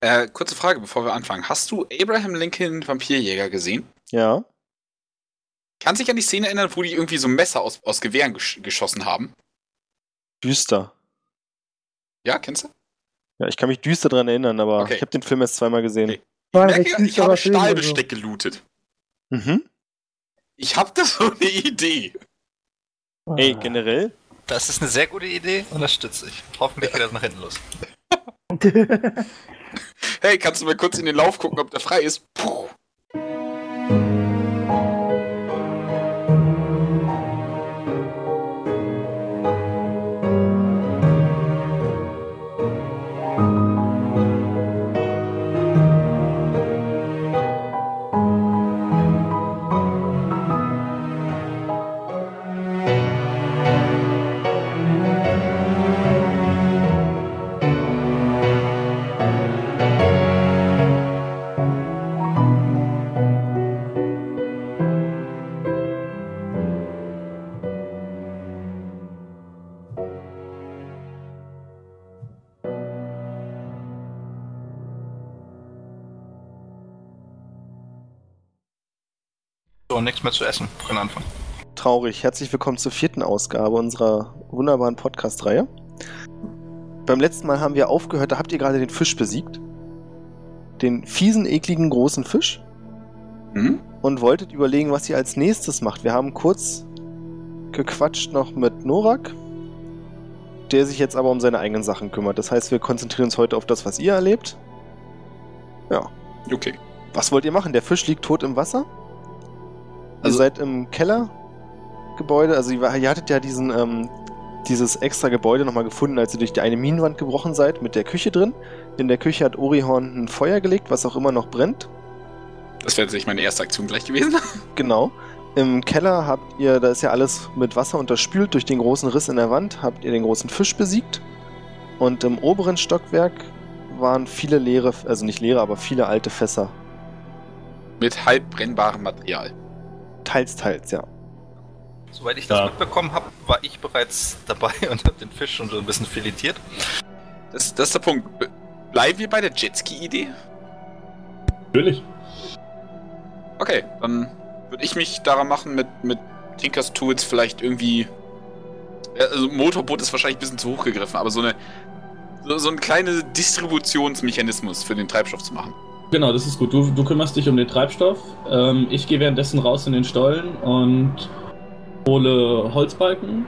Äh, kurze Frage, bevor wir anfangen. Hast du Abraham Lincoln Vampirjäger gesehen? Ja. Kannst dich an die Szene erinnern, wo die irgendwie so ein Messer aus, aus Gewehren gesch geschossen haben? Düster. Ja, kennst du? Ja, ich kann mich düster dran erinnern, aber Okay. ich habe den Film erst zweimal gesehen. Okay. War ein Merke, recht ich habe düsterer Film. Also. Stahlbesteck gelootet. Mhm. Ich habe da so eine Idee. Ey, generell? Das ist eine sehr gute Idee, unterstütze ich. Hoffentlich geht das nach hinten los. Hey, kannst du mal kurz in den Lauf gucken, ob der frei ist? Puh. So, nichts mehr zu essen. Wir können anfangen. Traurig. Herzlich willkommen zur vierten Ausgabe unserer wunderbaren Podcast-Reihe. Beim letzten Mal haben wir aufgehört, da habt ihr gerade den Fisch besiegt. Den fiesen, ekligen, großen Fisch. Hm? und wolltet überlegen, was ihr als nächstes macht. Wir haben kurz gequatscht noch mit Norak, der sich jetzt aber um seine eigenen Sachen kümmert. Das heißt, wir konzentrieren uns heute auf das, was ihr erlebt. Okay. Was wollt ihr machen? Der Fisch liegt tot im Wasser. ihr Also- seid im Kellergebäude. Also ihr, war- ihr hattet ja diesen, ähm, dieses extra Gebäude nochmal gefunden, als ihr durch die eine Minenwand gebrochen seid mit der Küche drin. In der Küche hat Orihorn ein Feuer gelegt, was auch immer noch brennt. Das wäre tatsächlich meine erste Aktion gleich gewesen. Genau. Im Keller habt ihr, da ist ja alles mit Wasser unterspült, durch den großen Riss in der Wand habt ihr den großen Fisch besiegt. Und im oberen Stockwerk waren viele leere, also nicht leere, aber viele alte Fässer. Mit halb brennbarem Material. Teils, teils, ja. Soweit ich das Ja. mitbekommen habe, war ich bereits dabei und habe den Fisch schon so ein bisschen filetiert. Das, das ist der Punkt. B- Bleiben wir bei der Jetski-Idee? Natürlich. Okay, dann würde ich mich daran machen, mit, mit Tinkers Tools vielleicht irgendwie. Ja, Also, Motorboot ist wahrscheinlich ein bisschen zu hoch gegriffen, aber so eine. So, so einen kleinen Distributionsmechanismus für den Treibstoff zu machen. Genau, das ist gut. Du, du kümmerst dich um den Treibstoff. Ähm, ich gehe währenddessen raus in den Stollen und hole Holzbalken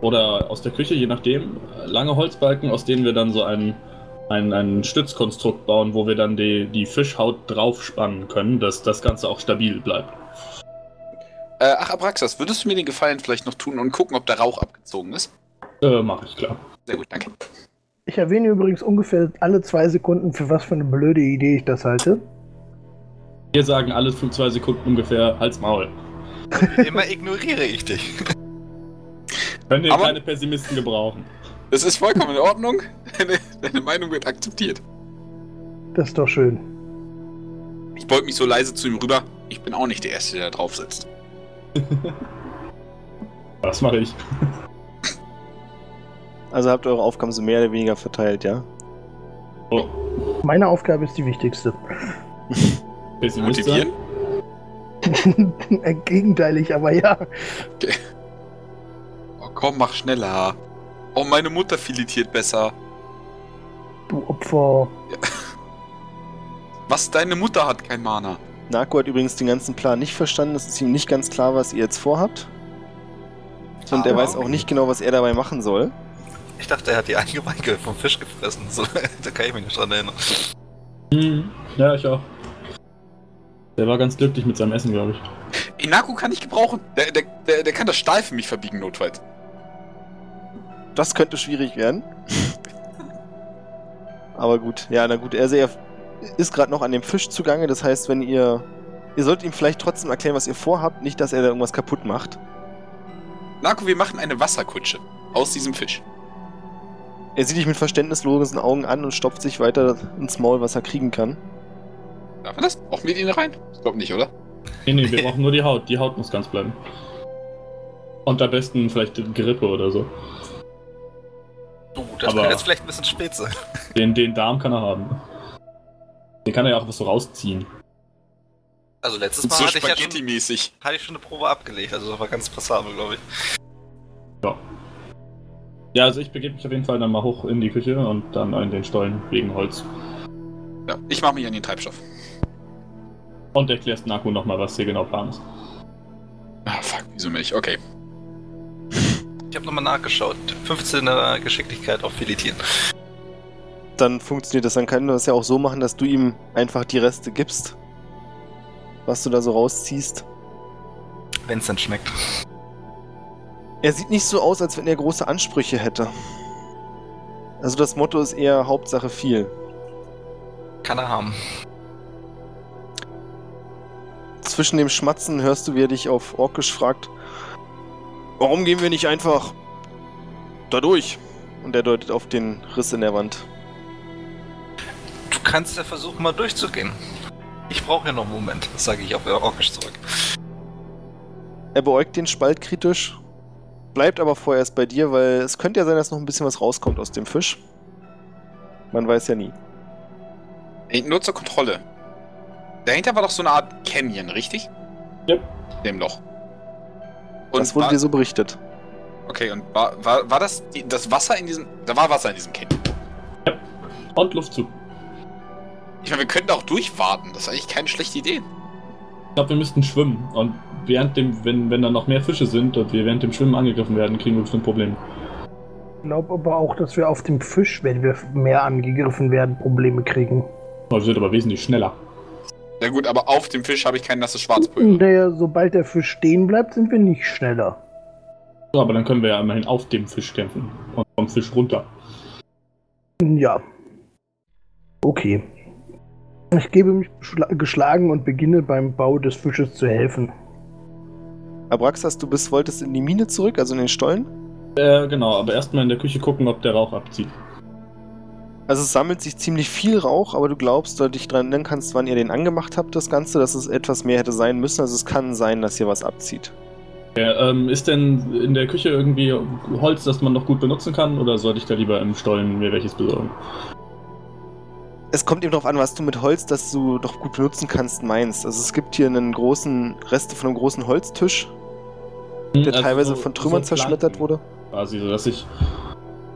oder aus der Küche, je nachdem, lange Holzbalken, aus denen wir dann so ein, ein, ein Stützkonstrukt bauen, wo wir dann die, die Fischhaut draufspannen können, dass das Ganze auch stabil bleibt. Äh, ach, Abraxas, würdest du mir den Gefallen vielleicht noch tun und gucken, ob der Rauch abgezogen ist? Äh, Mache ich klar. Sehr gut, danke. Ich erwähne übrigens ungefähr alle zwei Sekunden, für was für eine blöde Idee ich das halte. Wir sagen alle fünf, zwei Sekunden ungefähr Hals Maul. Wie immer ignoriere ich dich. Können wir Aber- keine Pessimisten gebrauchen. Das ist vollkommen in Ordnung. Deine, deine Meinung wird akzeptiert. Das ist doch schön. Ich beug mich so leise zu ihm rüber. Ich bin auch nicht der Erste, der da drauf sitzt. Das mache ich. Also habt ihr eure Aufgaben so mehr oder weniger verteilt, ja? Meine Aufgabe ist die wichtigste. Pessimist sein. Motivieren? Äh, Gegenteilig, aber ja. Oh, komm, mach schneller. Oh, meine Mutter filetiert besser. Du Opfer. Was, deine Mutter hat kein Mana? Narko hat übrigens den ganzen Plan nicht verstanden. Es ist ihm nicht ganz klar, was ihr jetzt vorhabt. Und er Ah, weiß auch nicht genau, was er dabei machen soll. Ich dachte, er hat die Eingeweide vom Fisch gefressen. So, da kann ich mich nicht dran erinnern. Hm, ja, ich auch. Der war ganz glücklich mit seinem Essen, glaube ich. Inaku kann ich gebrauchen. Der, der, der, der kann das Stahl für mich verbiegen, notfalls. Das könnte schwierig werden. Aber gut, ja, na gut, also er ist gerade noch an dem Fisch zugange, das heißt, wenn ihr. Ihr solltet ihm vielleicht trotzdem erklären, was ihr vorhabt, nicht, dass er da irgendwas kaputt macht. Naku, wir machen eine Wasserkutsche aus diesem Fisch. Er sieht dich mit verständnislosen Augen an und stopft sich weiter ins Maul, was er kriegen kann. Darf man das? Brauchen wir den rein? Ich glaube nicht, oder? Nee, nee, wir brauchen nur die Haut. Die Haut muss ganz bleiben. Und am besten vielleicht Gerippe oder so. Du, das Aber- könnte jetzt vielleicht ein bisschen spät sein. Den, den Darm kann er haben. Hier kann er ja auch was so rausziehen. Also letztes Und Mal so hatte ich, ja schon, Spaghetti-mäßig. hatte ich schon eine Probe abgelegt, also das war ganz passabel, glaube ich. Ja, also ich begebe mich auf jeden Fall dann mal hoch in die Küche und dann in den Stollen wegen Holz. Ja, ich mache mich an den Treibstoff. Und erklärst Naku nochmal, was hier genau Plan ist. Ah, fuck, wieso Milch? Okay. Ich habe nochmal nachgeschaut. 15er Geschicklichkeit auf Filetieren. Dann funktioniert das. Dann kann du das ja auch so machen, dass du ihm einfach die Reste gibst, was du da so rausziehst. Wenn es dann schmeckt. Er sieht nicht so aus, als wenn er große Ansprüche hätte. Also das Motto ist eher Hauptsache viel. Kann er haben. Zwischen dem Schmatzen hörst du, wie er dich auf Orkisch fragt, warum gehen wir nicht einfach da durch? Und er deutet auf den Riss in der Wand. Du kannst ja versuchen, mal durchzugehen. Ich brauche ja noch einen Moment, sage ich auf Orkisch zurück. Er beäugt den Spalt kritisch, bleibt aber vorerst bei dir, weil es könnte ja sein, dass noch ein bisschen was rauskommt aus dem Fisch. Man weiß ja nie. Ey, nur zur Kontrolle. Dahinter war doch so eine Art Canyon, richtig? Ja. Dem Loch. Und Das wurde war, dir so berichtet. Okay, und war, war, war das die, das Wasser in diesem. Da war Wasser in diesem Canyon. Und Luftzug. Ich meine, wir könnten auch durchwarten. Das ist eigentlich keine schlechte Idee. Ich glaube, wir müssten schwimmen. Und während dem, wenn, wenn dann noch mehr Fische sind und wir während dem Schwimmen angegriffen werden, kriegen wir bestimmt Probleme. Ich glaube aber auch, dass wir auf dem Fisch, wenn wir mehr angegriffen werden, Probleme kriegen. Oh, Wir sind aber wesentlich schneller. Na gut, aber auf dem Fisch habe ich kein nasses Schwarzpulver. Naja, sobald der Fisch stehen bleibt, sind wir nicht schneller. So, aber dann können wir ja immerhin auf dem Fisch kämpfen. Und vom Fisch runter. Ja. Okay. Ich gebe mich beschla- geschlagen und beginne beim Bau des Fisches zu helfen. Abraxas, du bist, wolltest in die Mine zurück, also in den Stollen. Äh, genau, aber erstmal in der Küche gucken, ob der Rauch abzieht. Also es sammelt sich ziemlich viel Rauch, aber du glaubst, weil du dich dran erinnern kannst, wann ihr den angemacht habt, das Ganze, dass es etwas mehr hätte sein müssen. Also es kann sein, dass hier was abzieht. Ja, ähm, ist denn in der Küche irgendwie Holz, das man noch gut benutzen kann? Oder sollte ich da lieber im Stollen mir welches besorgen? Es kommt eben darauf an, was du mit Holz, das du doch gut benutzen kannst, meinst. Also es gibt hier einen großen Reste von einem großen Holztisch, Hm, der also teilweise so- von Trümmern so Planken zerschmettert wurde. Quasi, sodass ich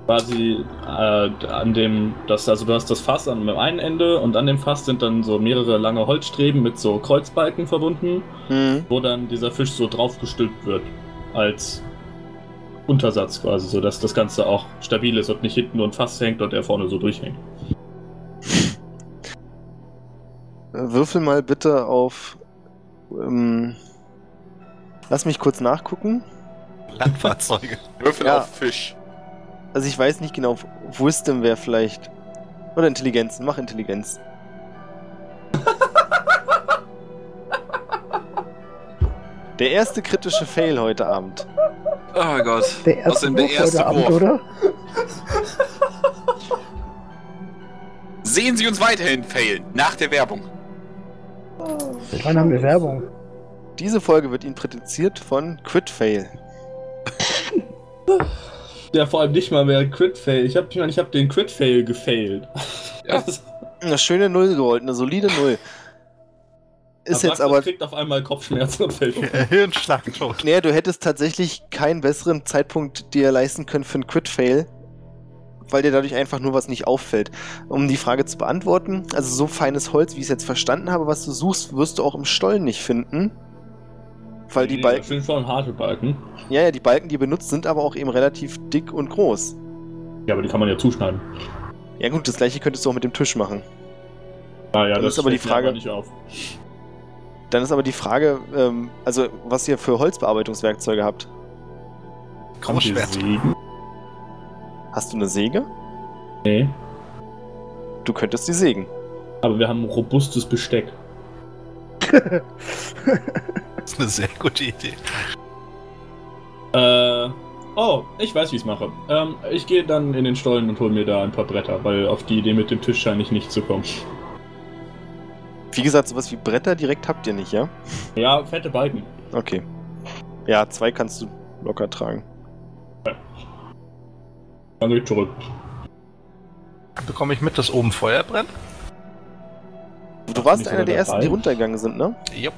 quasi äh, an dem, das, also du hast das Fass an dem einen Ende und an dem Fass sind dann so mehrere lange Holzstreben mit so Kreuzbalken verbunden, Mhm. wo dann dieser Fisch so draufgestülpt wird. Als Untersatz quasi, sodass das Ganze auch stabil ist und nicht hinten nur ein Fass hängt und er vorne so durchhängt. Äh, Würfel mal bitte auf. Ähm, lass mich kurz nachgucken. Landfahrzeuge. Würfel Hm. Ja. auf Fisch. Also ich weiß nicht genau, Wisdom wäre vielleicht. Oder Intelligenz, mach Intelligenz. Der erste kritische Fail heute Abend. Oh Gott. Der erste, Außerdem der Wurf erste heute Abend, Wurf. oder? Sehen Sie uns weiterhin, Fail. Nach der Werbung. Wann haben wir Werbung? Diese Folge wird Ihnen prätentiert von Crit Fail. Ja, vor allem nicht mal mehr Crit-Fail. Ich hab, ich mein, ich hab den Crit-Fail gefailt. Ja. Eine schöne Null geholt, eine solide Null. Ist jetzt aber. kriegt auf einmal Kopfschmerzen und fällt um. Hirnschlag tot. Naja, du hättest tatsächlich keinen besseren Zeitpunkt dir leisten können für einen Crit-Fail, weil dir dadurch einfach nur was nicht auffällt. Um die Frage zu beantworten, also so feines Holz, wie ich es jetzt verstanden habe, was du suchst, wirst du auch im Stollen nicht finden. Weil die Nee, Balken, Das sind schon harte Balken. ja, ja, die Balken, die ihr benutzt, sind aber auch eben relativ dick und groß. Ja, aber die kann man ja zuschneiden. Ja gut, das gleiche könntest du auch mit dem Tisch machen. Ah, ja, Dann ist aber die fällt mir Frage- nicht auf. Dann ist aber die Frage, ähm, also was ihr für Holzbearbeitungswerkzeuge habt. Großschwert. Siegen? Hast du eine Säge? Nee. Du könntest die sägen. Aber wir haben ein robustes Besteck. Das ist eine sehr gute Idee. Äh. Oh, ich weiß, wie ich es mache. Ähm, ich gehe dann in den Stollen und hole mir da ein paar Bretter, weil auf die Idee mit dem Tisch scheine ich nicht zu kommen. Wie gesagt, sowas wie Bretter direkt habt ihr nicht, ja? Ja, fette Balken. Okay. Ja, zwei kannst du locker tragen. Dann gehe ich zurück. Bekomme ich mit, dass oben Feuer brennt? Du warst Nicht einer der sogar ersten, die dabei. runtergegangen sind, ne? Jupp.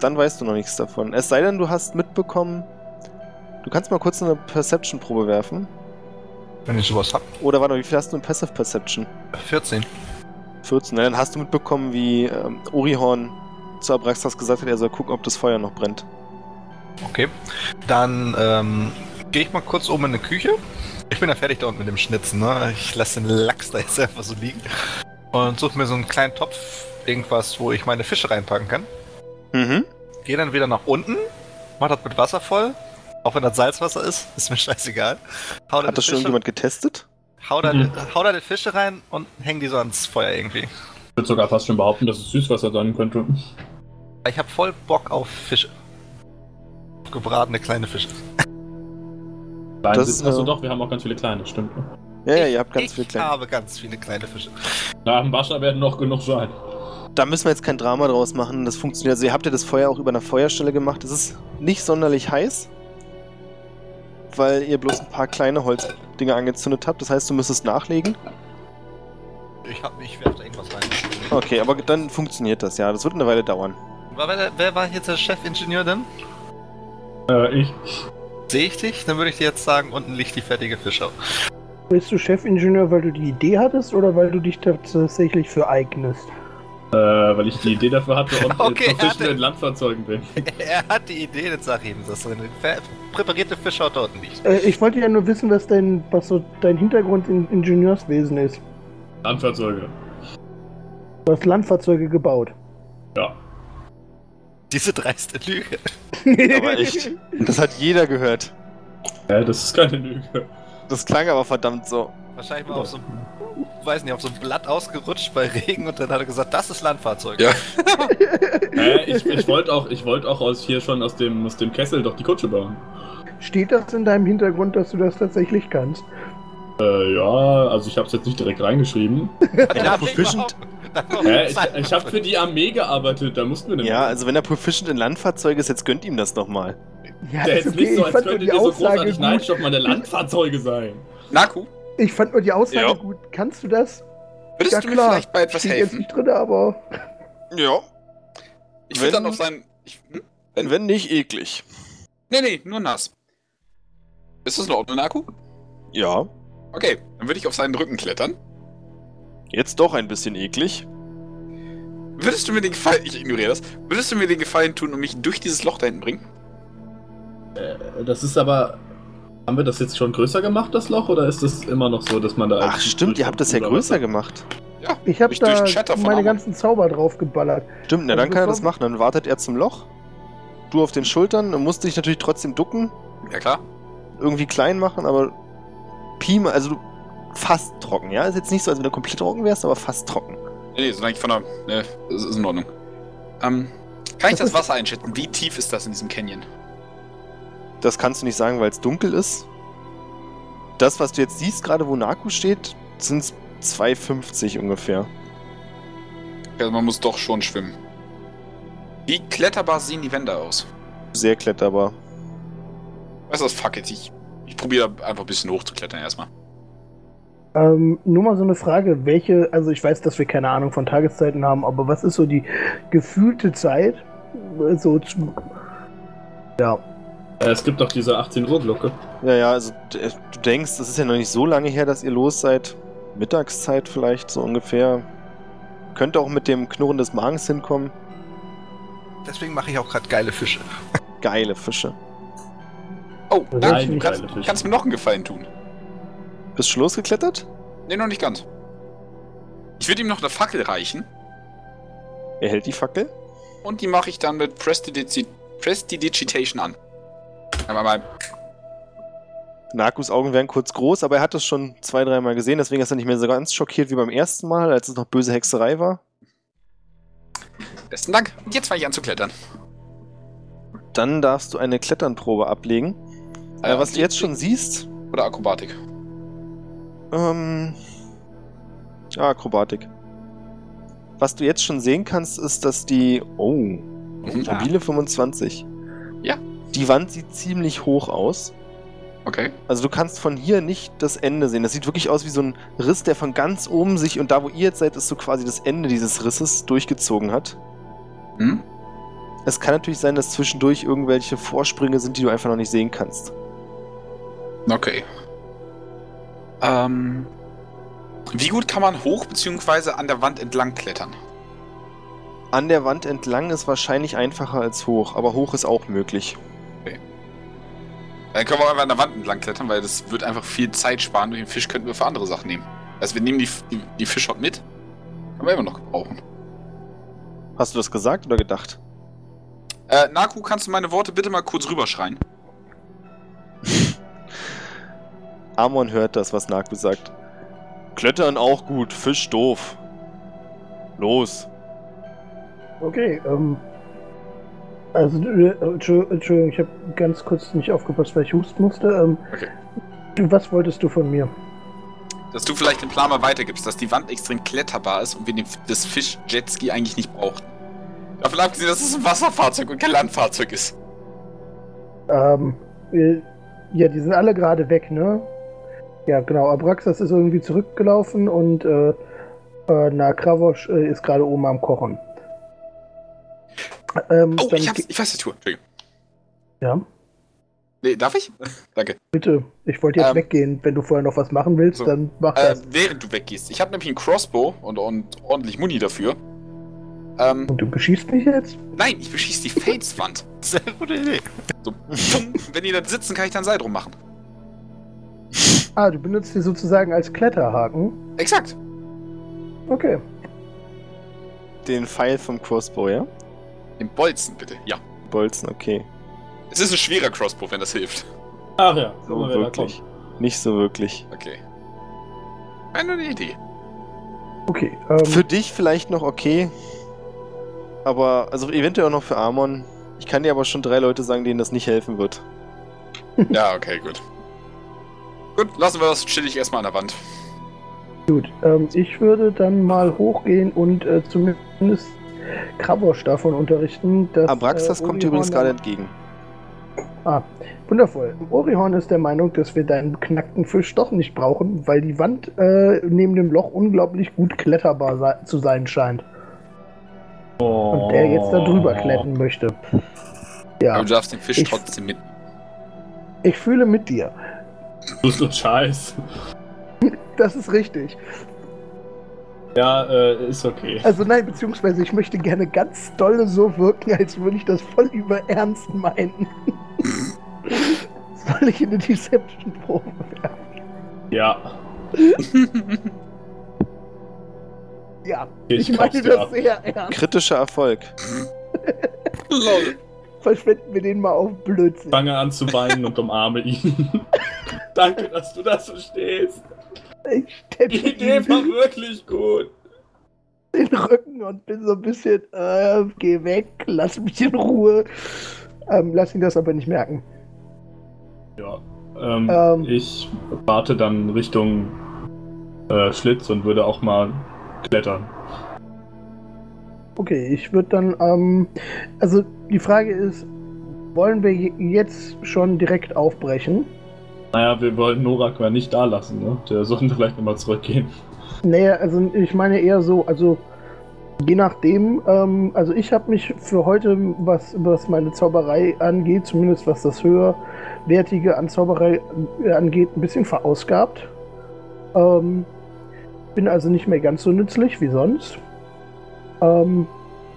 Dann weißt du noch nichts davon. Es sei denn, du hast mitbekommen. Du kannst mal kurz eine Perception-Probe werfen. Wenn ich sowas hab. Oder warte, mal, wie viel hast du in Passive Perception? 14. 14. Na, dann hast du mitbekommen, wie ähm, Orihorn zu Abraxas gesagt hat, er soll gucken, ob das Feuer noch brennt. Okay. Dann ähm, gehe ich mal kurz oben in die Küche. Ich bin ja fertig da unten mit dem Schnitzen, ne? Ich lasse den Lachs da jetzt einfach so liegen. Und suche mir so einen kleinen Topf, irgendwas, wo ich meine Fische reinpacken kann. Mhm. Gehe dann wieder nach unten, mach das mit Wasser voll. Auch wenn das Salzwasser ist, ist mir scheißegal. Hau da Also Hat die das schon Fische, irgendjemand getestet? hau da, Mhm. hau da die Fische rein und häng die so ans Feuer irgendwie. Ich würde sogar fast schon behaupten, dass es Süßwasser sein könnte. Ich habe voll Bock auf Fische. Auf gebratene kleine Fische. Klein Das sind- ist, Achso, äh, doch, wir haben auch ganz viele kleine, stimmt. Ja, ja, ihr habt ganz ich viel Ich klein. habe ganz viele kleine Fische. Nach dem Wasser werden noch genug sein. Da müssen wir jetzt kein Drama draus machen. Das funktioniert. Also ihr habt ja das Feuer auch über einer Feuerstelle gemacht. Es ist nicht sonderlich heiß, weil ihr bloß ein paar kleine Holzdinger angezündet habt. Das heißt, du müsstest nachlegen. Ich, hab, ich werf da irgendwas rein. Okay, aber dann funktioniert das, ja. Das wird eine Weile dauern. War, wer, wer war jetzt der Chefingenieur denn? Äh, ich. Sehe ich dich? Dann würde ich dir jetzt sagen, unten liegt die fertige Fische. Bist du Chefingenieur, weil du die Idee hattest oder weil du dich tatsächlich für eignest? Äh, weil ich die Idee dafür hatte und Okay, okay, er hatte- Professional in Landfahrzeugen bin. Er hat die Idee, jetzt sag ihm, dass eine fer- präparierte Fische da unten liegt. Äh, ich wollte ja nur wissen, was dein, was so dein Hintergrund in Ingenieurswesen ist. Landfahrzeuge. Du hast Landfahrzeuge gebaut. Ja. Diese dreiste Lüge. Aber echt. Das hat jeder gehört. Äh, das ist keine Lüge. Das klang aber verdammt so. Wahrscheinlich mal auf so einem, weiß nicht, auf so einem Blatt ausgerutscht bei Regen und dann hat er gesagt, das ist Landfahrzeug. Ja. Äh, ich ich wollte auch, ich wollt auch aus hier schon aus dem, aus dem Kessel doch die Kutsche bauen. Steht das in deinem Hintergrund, dass du das tatsächlich kannst? Äh, ja, also ich habe es jetzt nicht direkt reingeschrieben. Wenn er proficient, Äh, ich ich habe für die Armee gearbeitet, da mussten wir nämlich. ja, also wenn er proficient in Landfahrzeug ist, jetzt gönnt ihm das doch mal. Ja, Der ist ist also nicht so, ich als fand nur könntet die ihr so Aussage großartig gut. Nein, meine Landfahrzeuge sein. Naku, Ich fand nur die Aussage Ja. gut. Kannst du das? würdest Ja, du mir klar. vielleicht bei etwas Steht jetzt helfen? nicht drin, aber. Ja. Ich würde dann Wenn- auf seinen. Ich, hm? Wenn nicht, eklig. Nee, nee, nur nass. Ist das in Ordnung, Naku? Ja. Okay, dann würde ich auf seinen Rücken klettern. Jetzt doch ein bisschen eklig. Würdest du mir den Gefallen. Ich ignoriere das. Würdest du mir den Gefallen tun und mich durch dieses Loch da hinten bringen? Äh, das ist aber. Haben wir das jetzt schon größer gemacht, das Loch, oder ist das immer noch so, dass man da. Ach stimmt, ihr habt das ja größer gemacht. Ich habe Mich durch da den Chatter von meine Amon. ganzen Zauber draufgeballert. Stimmt, na, Also dann kann er bevor das wir- machen. Dann wartet er zum Loch. Du auf den Schultern und musst dich natürlich trotzdem ducken, Ja, klar. irgendwie klein machen, aber Piem, also du fast trocken, ja? Ist jetzt nicht so, als wenn du komplett trocken wärst, aber fast trocken. Nee, nee, solange ich von der. Nee, das ist in Ordnung. Ähm, kann ich das Wasser einschätzen? Wie tief ist das in diesem Canyon? Das kannst du nicht sagen, weil es dunkel ist. Das, was du jetzt siehst, gerade wo Naku steht, sind 2,50 ungefähr. Also man muss doch schon schwimmen. Wie kletterbar sehen die Wände aus? Sehr kletterbar. Weißt du was, fuck it. Ich, ich probiere einfach ein bisschen hochzuklettern erstmal. Ähm, nur mal so eine Frage, welche, also ich weiß, dass wir keine Ahnung von Tageszeiten haben, aber was ist so die gefühlte Zeit? Äh, So zu, ja. Äh, es gibt doch diese 18 Uhr Glocke. Ja, ja, also d- äh, du denkst, das ist ja noch nicht so lange her, dass ihr los seid. Mittagszeit vielleicht, so ungefähr. Könnte auch mit dem Knurren des Magens hinkommen. Deswegen mache ich auch gerade geile Fische. Geile Fische. Oh, danke. Nein, Du kannst, geile Fische. kannst mir noch einen Gefallen tun. Bist du schon losgeklettert? Nee, noch nicht ganz. Ich würde ihm noch eine Fackel reichen Er hält die Fackel. und die mache ich dann mit Prestidici- Prestidigitation an. Einmal mal. Narkus Augen werden kurz groß, aber er hat das schon zwei, dreimal gesehen, deswegen ist er nicht mehr so ganz schockiert wie beim ersten Mal, als es noch böse Hexerei war. Besten Dank. um Und jetzt fange ich an zu klettern. Dann darfst du eine Kletternprobe ablegen. Äh, was du jetzt schon siehst, Oder Akrobatik. Ähm. Ja, Akrobatik. Was du jetzt schon sehen kannst, ist, dass die. Oh, Mhm. mobile 25. Ja. Die Wand sieht ziemlich hoch aus. Okay. Also du kannst von hier nicht das Ende sehen. Das sieht wirklich aus wie so ein Riss, der von ganz oben sich und da, wo ihr jetzt seid, ist so quasi das Ende dieses Risses durchgezogen hat. Hm? Es kann natürlich sein, dass zwischendurch irgendwelche Vorsprünge sind, die du einfach noch nicht sehen kannst. Okay. Ähm, wie gut kann man hoch bzw. an der Wand entlang klettern? An der Wand entlang ist wahrscheinlich einfacher als hoch, aber hoch ist auch möglich. Dann können wir auch einfach an der Wand entlang klettern, weil das wird einfach viel Zeit sparen. Den Fisch könnten wir für andere Sachen nehmen. Also wir nehmen die, die, die Fischhaut mit. Können wir immer noch gebrauchen. Hast du das gesagt oder gedacht? Äh, Naku, kannst du meine Worte bitte mal kurz rüberschreien? Amon hört das, was Naku sagt. Klettern auch gut, Fisch doof. Los. Okay, ähm. Also, äh, Entschu- Entschuldigung, ich habe ganz kurz nicht aufgepasst, weil ich husten musste. Ähm, Okay. Was wolltest du von mir? Dass du vielleicht den Plan mal weitergibst, dass die Wand extrem kletterbar ist und wir den, das Fisch-Jetski eigentlich nicht brauchen. Davon abgesehen, dass es ein Wasserfahrzeug und kein Landfahrzeug ist. Ähm, äh, ja, die sind alle gerade weg, ne? Ja, genau. Abraxas ist irgendwie zurückgelaufen und äh, äh, na, Kravosch äh, ist gerade oben am Kochen. Ähm, Oh, dann ich, hab's, ge- ich weiß die Tour. Entschuldigung. ja, Nee, darf ich? Danke. bitte. Ich wollte jetzt Ähm, weggehen. Wenn du vorher noch was machen willst, so, dann mach Äh, das. während du weggehst. Ich habe nämlich einen Crossbow und, und ordentlich Muni dafür. Ähm, Und du beschießt mich jetzt? nein, ich beschieß die Felswand. Sehr gute Idee. So, pfumm. wenn die da sitzen, kann ich dann ein Seil drum machen. Ah, du benutzt sie sozusagen als Kletterhaken. Exakt. Okay. Den Pfeil vom Crossbow, ja? Den Bolzen, bitte. Ja. Bolzen, okay. Es ist ein schwerer Crossbow, wenn das hilft. Ach ja, So guck mal, wer da wirklich. Nicht so wirklich. Okay. Eine Idee. Okay. Ähm, Für dich vielleicht noch okay. Aber, also eventuell auch noch für Amon. Ich kann dir aber schon drei Leute sagen, denen das nicht helfen wird. Ja, okay, gut. Gut, lassen wir das chillig erstmal an der Wand. Gut, ähm, ich würde dann mal hochgehen und äh, zumindest Krabosch davon unterrichten, dass. Abraxas äh, kommt dir Orihorn übrigens gerade der- entgegen. Ah, wundervoll. Orihorn ist der Meinung, dass wir deinen knackten Fisch doch nicht brauchen, weil die Wand äh, neben dem Loch unglaublich gut kletterbar sei- zu sein scheint. Oh. Und der jetzt da drüber klettern möchte. Aber Ja, du darfst den Fisch Ich- trotzdem mit. ich fühle mit dir. Du bist ein Scheiß. Das ist richtig. Ja, äh, ist okay. Also nein, beziehungsweise ich möchte gerne ganz dolle so wirken, als würde ich das voll über ernst meinen. Soll ich in eine Deception-Probe werfen? Ja. Ja, ich, Ich meine kauf's dir das ab. sehr ernst. Kritischer Erfolg. Lol. Verschwenden wir den mal auf Blödsinn. Fange an zu weinen und umarme ihn. Danke, dass du das verstehst. Ich steppe Die Idee war ihm wirklich gut. den Rücken und bin so ein bisschen, äh, geh weg, lass mich in Ruhe. Ähm, lass ihn das aber nicht merken. Ja. Ähm, Ähm. Ich warte dann Richtung äh, Schlitz und würde auch mal klettern. Okay, ich würde dann, ähm, also die Frage ist, wollen wir je- jetzt schon direkt aufbrechen? Naja, wir wollen Norak mal nicht da lassen, ne? Der sollte vielleicht nochmal zurückgehen. Naja, also ich meine eher so, also je nachdem, ähm, also ich habe mich für heute, was, was meine Zauberei angeht, zumindest was das höherwertige an Zauberei äh, angeht, ein bisschen verausgabt. Ähm, bin also nicht mehr ganz so nützlich wie sonst. Ähm,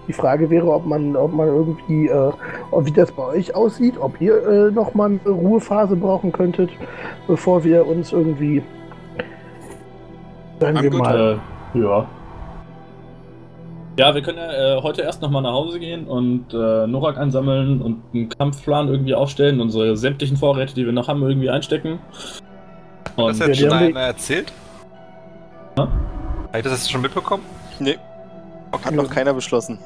die Frage wäre, ob man, ob man irgendwie, äh, ob, wie das bei euch aussieht, ob ihr äh, nochmal eine Ruhephase brauchen könntet, bevor wir uns irgendwie, sagen I'm wir good. mal, Äh, ja. Ja, wir können ja äh, heute erst nochmal nach Hause gehen und äh, Norak einsammeln und einen Kampfplan irgendwie aufstellen, unsere sämtlichen Vorräte, die wir noch haben, irgendwie einstecken. Das Und hat Ja, die schon haben wir- einer erzählt? Ja. Habe ich das jetzt schon mitbekommen? Nee. Hat noch keiner beschlossen.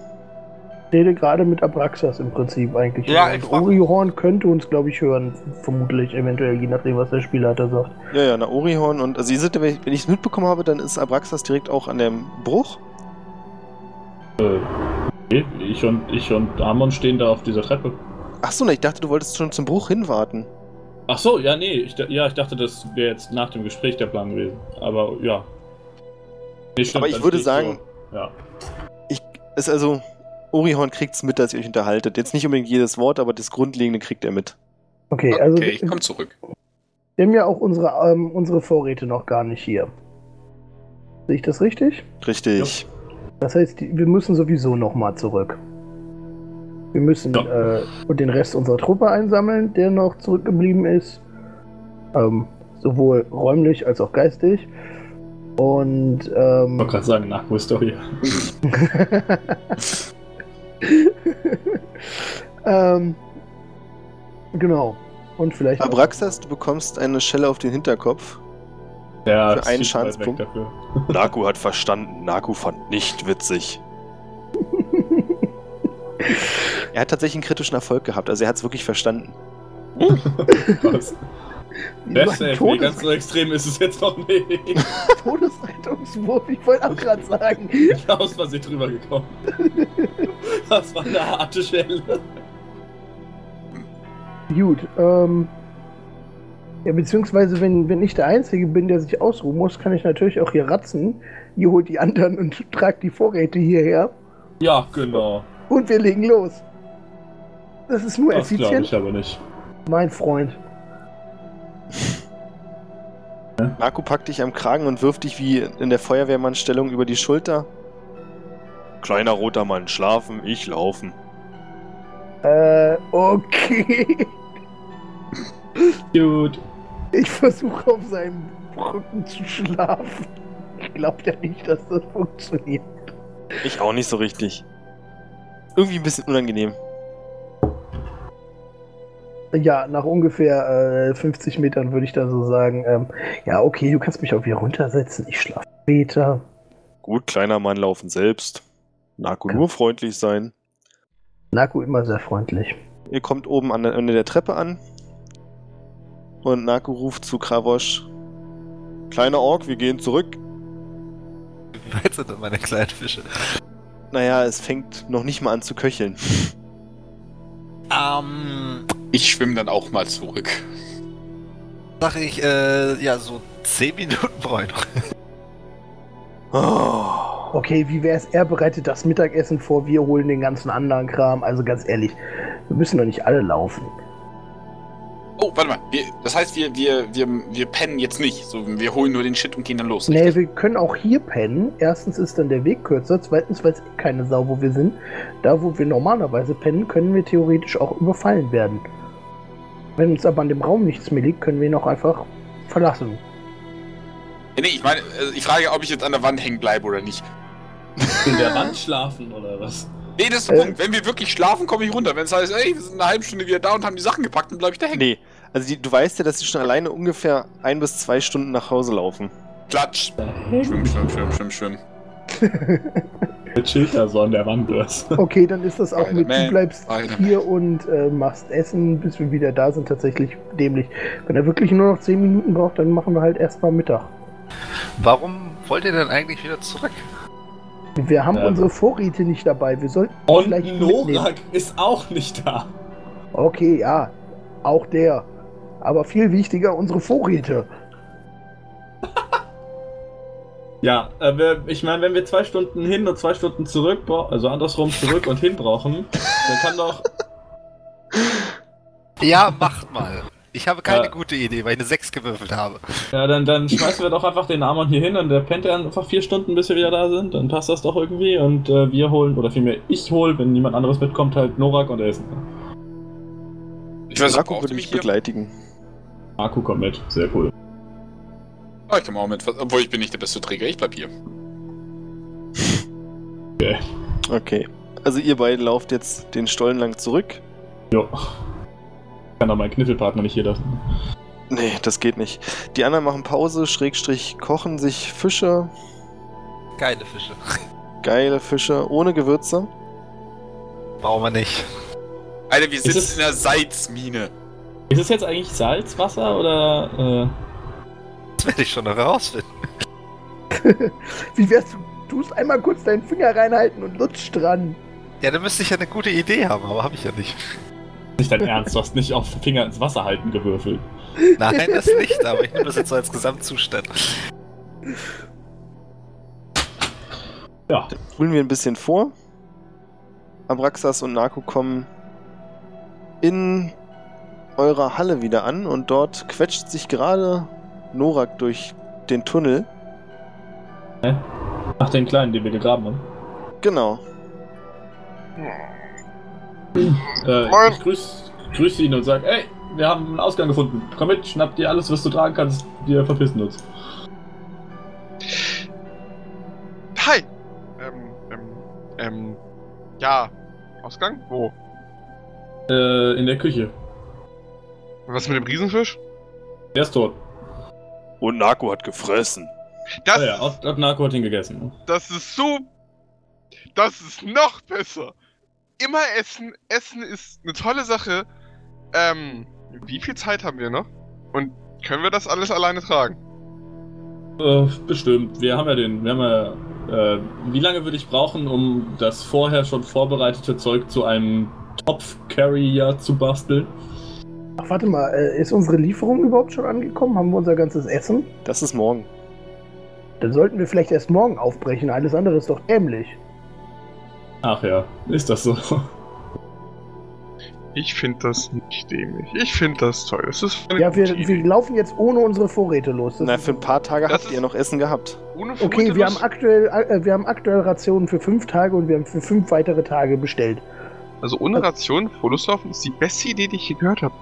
rede gerade mit Abraxas im Prinzip eigentlich. Ja, Und ich frag- Orihorn könnte uns, glaube ich, hören. Vermutlich, eventuell, je nachdem, was der Spielleiter sagt. Ja, ja, na Orihorn und also ihr seht, wenn ich es mitbekommen habe, dann ist Abraxas direkt auch an dem Bruch. äh, ich und ich und Amon stehen da auf dieser Treppe. Achso, na, ich dachte, du wolltest schon zum Bruch hinwarten. Ach so, ja, nee. Ich, da- ja, ich dachte, das wäre jetzt nach dem Gespräch der Plan gewesen. Aber ja. Nee, stimmt, Aber ich dann würde steht's sagen- So. Ja. Ist also, Orihorn kriegt's mit, dass ihr euch unterhaltet. Jetzt nicht unbedingt jedes Wort, aber das Grundlegende kriegt er mit. Okay, also Okay, ich wir, komm zurück. wir haben ja auch unsere, ähm, unsere Vorräte noch gar nicht hier. Sehe ich das richtig? Richtig. Das heißt, die, wir müssen sowieso nochmal zurück. Wir müssen äh, und den Rest unserer Truppe einsammeln, der noch zurückgeblieben ist. Ähm, sowohl räumlich als auch geistig. Und Ich ähm, wollte gerade sagen, Nachholstory. ähm, genau. Und vielleicht. Abraxas, du bekommst eine Schelle auf den Hinterkopf. Ja, Für ist einen viel zu weit weg Schadenspunkt. dafür. Naku hat verstanden. Naku fand nicht witzig. er hat tatsächlich einen kritischen Erfolg gehabt, also er hat's wirklich verstanden. Was? Mein Death Save, nee, Todes- ganz so extrem ist es jetzt noch nicht. Todesrettungswurf, ich wollte auch gerade sagen. Aus Versehen drüber gekommen. Das war eine harte Schelle. Gut, ähm. Ja, beziehungsweise, wenn, wenn ich der Einzige bin, der sich ausruhen muss, kann ich natürlich auch hier ratzen. Ihr holt die anderen und tragt die Vorräte hierher. Ja, genau. Und wir legen los. Das ist nur Das glaube effizient, ich aber nicht. mein Freund. Naku packt dich am Kragen und wirft dich wie in der Feuerwehrmannstellung über die Schulter. Kleiner roter Mann, schlafen, ich laufen. Äh, okay. Gut. Ich versuche auf seinem Rücken zu schlafen. Ich glaube ja nicht, dass das funktioniert. Ich auch nicht so richtig. Irgendwie ein bisschen unangenehm. Ja, nach ungefähr äh, 50 Metern würde ich da so sagen, ähm, ja, okay, du kannst mich auch wieder runtersetzen. Ich schlafe später. Gut, kleiner Mann, laufen selbst. Naku, Ja. nur freundlich sein. Naku immer sehr freundlich. Ihr kommt oben an der Ende der Treppe an. Und Naku ruft zu Kravosch. Kleiner Ork, wir gehen zurück. Jetzt sind das meine kleinen Fische. Naja, es fängt noch nicht mal an zu köcheln. Ähm, Ich schwimme dann auch mal zurück. sag ich, äh, ja, so 10 Minuten brauche ich noch. Oh. Okay, wie wär's? Er bereitet das Mittagessen vor, wir holen den ganzen anderen Kram. Also ganz ehrlich, wir müssen doch nicht alle laufen. Oh, warte mal. Wir, das heißt, wir, wir, wir, wir pennen jetzt nicht. So, wir holen nur den Shit und gehen dann los. Nee, richtig? wir können auch hier pennen. Erstens ist dann der Weg kürzer, zweitens weiß eh keine Sau, wo wir sind. Da, wo wir normalerweise pennen, können wir theoretisch auch überfallen werden. Wenn uns aber an dem Raum nichts mehr liegt, können wir ihn auch einfach verlassen. nee, ich meine, also ich frage, ob ich jetzt an der Wand hängen bleibe oder nicht. In der Wand schlafen oder was? Nee, das ist der Äh. Punkt. Wenn wir wirklich schlafen, komme ich runter. Wenn es heißt, ey, wir sind eine halbe Stunde wieder da und haben die Sachen gepackt, dann bleibe ich da hängen. Nee, also die, du weißt ja, dass sie schon alleine ungefähr ein bis zwei Stunden nach Hause laufen. Klatsch. Schwimm, schwimm, schwimm, schwimm, schwimm. Der chillt da so an der Wand oder was? Okay, dann ist das auch mit, du Spider-Man, bleibst Spider-Man. hier und äh, machst Essen, bis wir wieder da sind, tatsächlich dämlich. Wenn er wirklich nur noch 10 Minuten braucht, dann machen wir halt erstmal Mittag. Warum wollt ihr denn eigentlich wieder zurück? Wir haben Ja. unsere Vorräte nicht dabei, wir sollten Und vielleicht mitnehmen. Norak ist auch nicht da. Okay, ja, auch der. Aber viel wichtiger, unsere Vorräte. Ja, äh, wir- ich meine, wenn wir zwei Stunden hin und zwei Stunden zurück, bra- also andersrum zurück und hin brauchen, dann kann doch. Ja, macht mal. Ich habe keine Äh. gute Idee, weil ich eine 6 gewürfelt habe. Ja, dann, dann schmeißen wir doch einfach den Amon hier hin und der pennt dann einfach vier Stunden, bis wir wieder da sind. Dann passt das doch irgendwie und äh, wir holen, oder vielmehr ich hole, wenn niemand anderes mitkommt, halt Norak und Essen. Ich weiß, Naku braucht würde ihr mich mich hier? begleitigen. Marco kommt mit, sehr cool. Ah, ich komme auch mit. Obwohl, ich bin nicht der beste Träger. Ich bleib hier. Okay. Also ihr beide lauft jetzt den Stollen lang zurück. Jo. Kann doch mein Kniffelpartner nicht hier lassen. Nee, das geht nicht. Die anderen machen Pause, Schrägstrich kochen sich Fische, Geile Fische. geile Fische ohne Gewürze. Brauchen wir nicht. Alter, wir sind es- in einer Salzmine. Ist es jetzt eigentlich Salzwasser oder. äh, Das werde ich schon noch herausfinden. Wie wär's, du tust einmal kurz deinen Finger reinhalten und lutscht dran. Ja, dann müsste ich ja eine gute Idee haben, aber habe ich ja nicht. Äh, nicht dein Ernst, du hast nicht auf den Finger ins Wasser halten gewürfelt. Nein, das nicht, aber ich nehme das jetzt so als Gesamtzustand. Ja, Spulen wir ein bisschen vor. Abraxas und Naku kommen in eurer Halle wieder an und dort quetscht sich gerade Norak durch den Tunnel. nach den Kleinen, die wir gegraben haben. Genau. Äh, Moin. ich grüß, grüß ihn und sag, ey, wir haben einen Ausgang gefunden. Komm mit, schnapp dir alles, was du tragen kannst. Wir verpissen uns. Hi! Ähm, ähm, ähm, ja. Ausgang? Wo? Äh, in der Küche. Was mit dem Riesenfisch? Der ist tot. Und Naku hat gefressen. Das, Oh Ah ja, hat, hat Narko hat ihn gegessen. das ist so. Das ist noch besser! Immer essen. Essen ist eine tolle Sache. Ähm, wie viel Zeit haben wir noch? Und können wir das alles alleine tragen? Äh, bestimmt. Wir haben ja den, wir haben ja. Äh, wie lange würde ich brauchen, um das vorher schon vorbereitete Zeug zu einem Topf-Carrier zu basteln? Ach, warte mal, äh, ist unsere Lieferung überhaupt schon angekommen? Haben wir unser ganzes Essen? Das ist morgen. Dann sollten wir vielleicht erst morgen aufbrechen. Alles andere ist doch dämlich. Ach ja, ist das so. Ich finde das nicht dämlich. Ich finde das toll. Das ist eine Ja, wir, gute Idee. wir laufen jetzt ohne unsere Vorräte los. Das Na, ist- für ein paar Tage Das habt ist- ihr noch Essen gehabt. Ohne okay, wir haben, Vermutterlust- aktuell, äh, wir haben aktuell Rationen für fünf Tage und wir haben für fünf weitere Tage bestellt. Also ohne Ration, Vorluslaufen ist die beste Idee, die ich je gehört habe.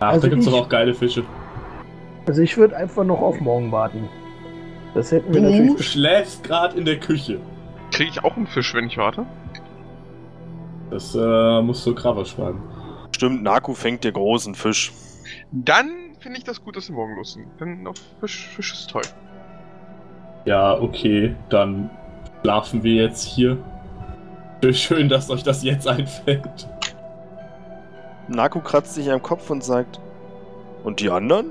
Ach, Also da gibt's ich- doch auch geile Fische. Also ich würde einfach noch auf morgen warten. Das hätten wir Du natürlich. schläfst gerade in der Küche. Kriege ich auch einen Fisch, wenn ich warte? Das äh, musst du Kraver schreiben. Stimmt, Naku fängt dir großen Fisch. Dann finde ich das gut, dass wir morgen los sind. Denn auf Fisch, Fisch ist toll. Ja, okay, dann schlafen wir jetzt hier. Schön, dass euch das jetzt einfällt. Naku kratzt sich am Kopf und sagt: Und die anderen?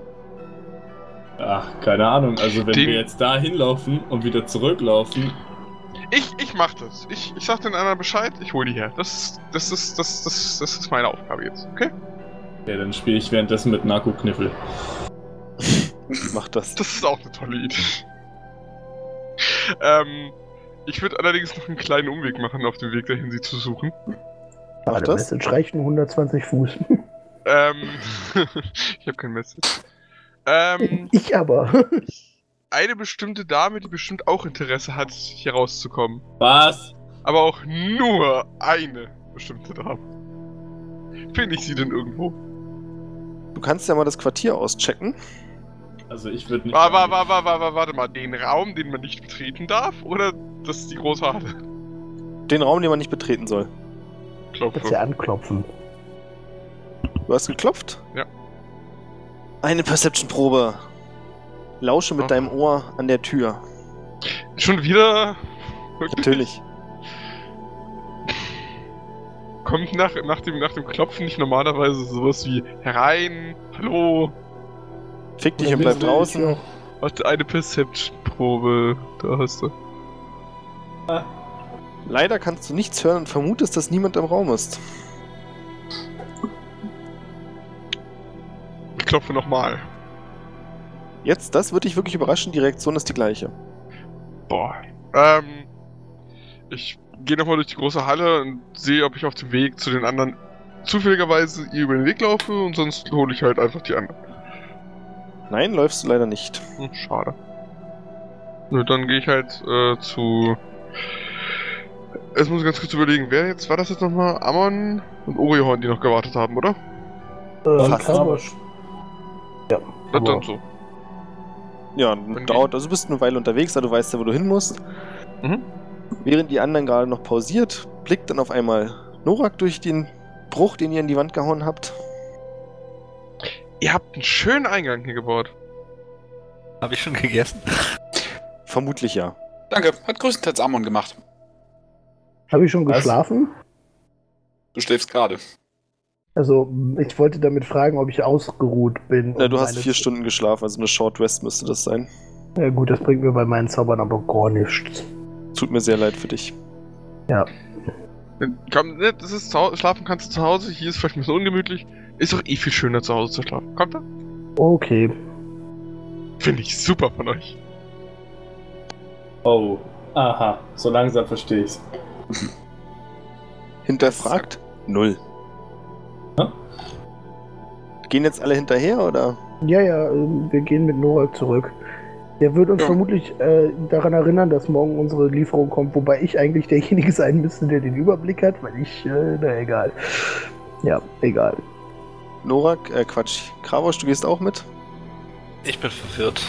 Ach, keine Ahnung. Also wenn Den- wir jetzt da hinlaufen und wieder zurücklaufen, Ich, ich mach das. Ich, ich sag den anderen Bescheid, ich hol die her. Das, das ist, das, das, das ist meine Aufgabe jetzt, okay? ja, dann spiele ich währenddessen mit Narko Kniffel. Macht das. Das ist auch eine tolle Idee. ähm, ich würde allerdings noch einen kleinen Umweg machen, auf dem Weg dahin, sie zu suchen. Ach, Macht das? Message reicht nur 120 Fuß. Ähm, ich habe kein Message. Ähm, ich aber. eine bestimmte Dame, die bestimmt auch Interesse hat, hier rauszukommen. Was? Aber auch nur eine bestimmte Dame. Finde ich sie denn irgendwo? Du kannst ja mal das Quartier auschecken. Also ich würde nicht. War, war, war, war, war, war, warte mal, den Raum, den man nicht betreten darf? Oder das ist die große Halle? Den Raum, den man nicht betreten soll. Das Klopfe. Oh. ja anklopfen. Du hast geklopft? Ja. Eine Perception-Probe. Lausche mit Oh. deinem Ohr an der Tür. Schon wieder Natürlich. kommt nach, nach, dem, nach dem Klopfen nicht normalerweise sowas wie herein, hallo, Fick dich und bleib draußen. hat eine Perception-Probe. Da hast du. Leider kannst du nichts hören und vermutest, dass niemand im Raum ist. Ich klopfe nochmal. Jetzt, das würde dich wirklich überraschen, die Reaktion ist die gleiche. Boah. Ähm, ich gehe nochmal durch die große Halle und sehe, ob ich auf dem Weg zu den anderen zufälligerweise ihr über den Weg laufe und sonst hole ich halt einfach die anderen. Nein, läufst du leider nicht. Hm, schade. Nö, dann gehe ich halt äh, zu. Es muss ich ganz kurz überlegen, wer jetzt war das jetzt nochmal? Amon und Orihorn, die noch gewartet haben, oder? Ähm, Fast. Das Aber- dann so. Ja, dauert, also du bist eine Weile unterwegs, aber du weißt ja, wo du hin musst. Mhm. Während die anderen gerade noch pausiert, blickt dann auf einmal Norak durch den Bruch, den ihr in die Wand gehauen habt. Ihr habt einen schönen Eingang hier gebaut. Habe ich schon gegessen? Vermutlich ja. Danke, hat größtenteils Amon gemacht. Habe ich schon Was? geschlafen? Du schläfst gerade. Also, ich wollte damit fragen, ob ich ausgeruht bin. Na, und du hast meine- vier Stunden geschlafen, also eine Short Rest müsste das sein. Ja, gut, das bringt mir bei meinen Zaubern aber gar nichts. Tut mir sehr leid für dich. Komm, ne, das ist zu Hau- schlafen kannst du zu Hause, hier ist vielleicht ein bisschen ungemütlich. Ist doch eh viel schöner zu Hause zu schlafen. Kommt da? Okay. Finde ich super von euch. Oh, aha, so langsam verstehe ich's. Hinterfragt? Null. Ja. Gehen jetzt alle hinterher oder? Ja, ja, ähm, wir gehen mit Norak zurück. Der wird uns Ja. vermutlich äh, daran erinnern, dass morgen unsere Lieferung kommt, wobei ich eigentlich derjenige sein müsste, der den Überblick hat, weil ich, äh, na egal. Ja, egal. Norak, äh Quatsch, Kravosch, du gehst auch mit? Ich bin verwirrt.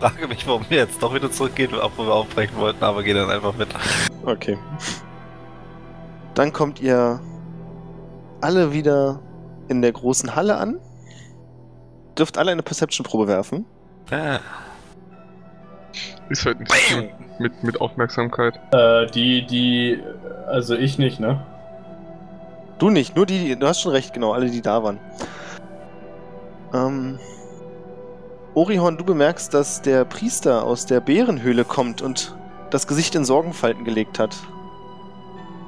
Frage mich, warum wir jetzt doch wieder zurückgehen, obwohl wir aufbrechen wollten, aber geh dann einfach mit. Okay. Dann kommt ihr alle wieder in der großen Halle an. Dürft alle eine Perception-Probe werfen. Ah, Ist halt ein bisschen mit, mit Aufmerksamkeit. Äh, die, die, also ich nicht, ne? Du nicht, nur die, du hast schon recht, genau, alle, die da waren. Ähm, Orihorn, du bemerkst, dass der Priester aus der Bärenhöhle kommt und das Gesicht in Sorgenfalten gelegt hat.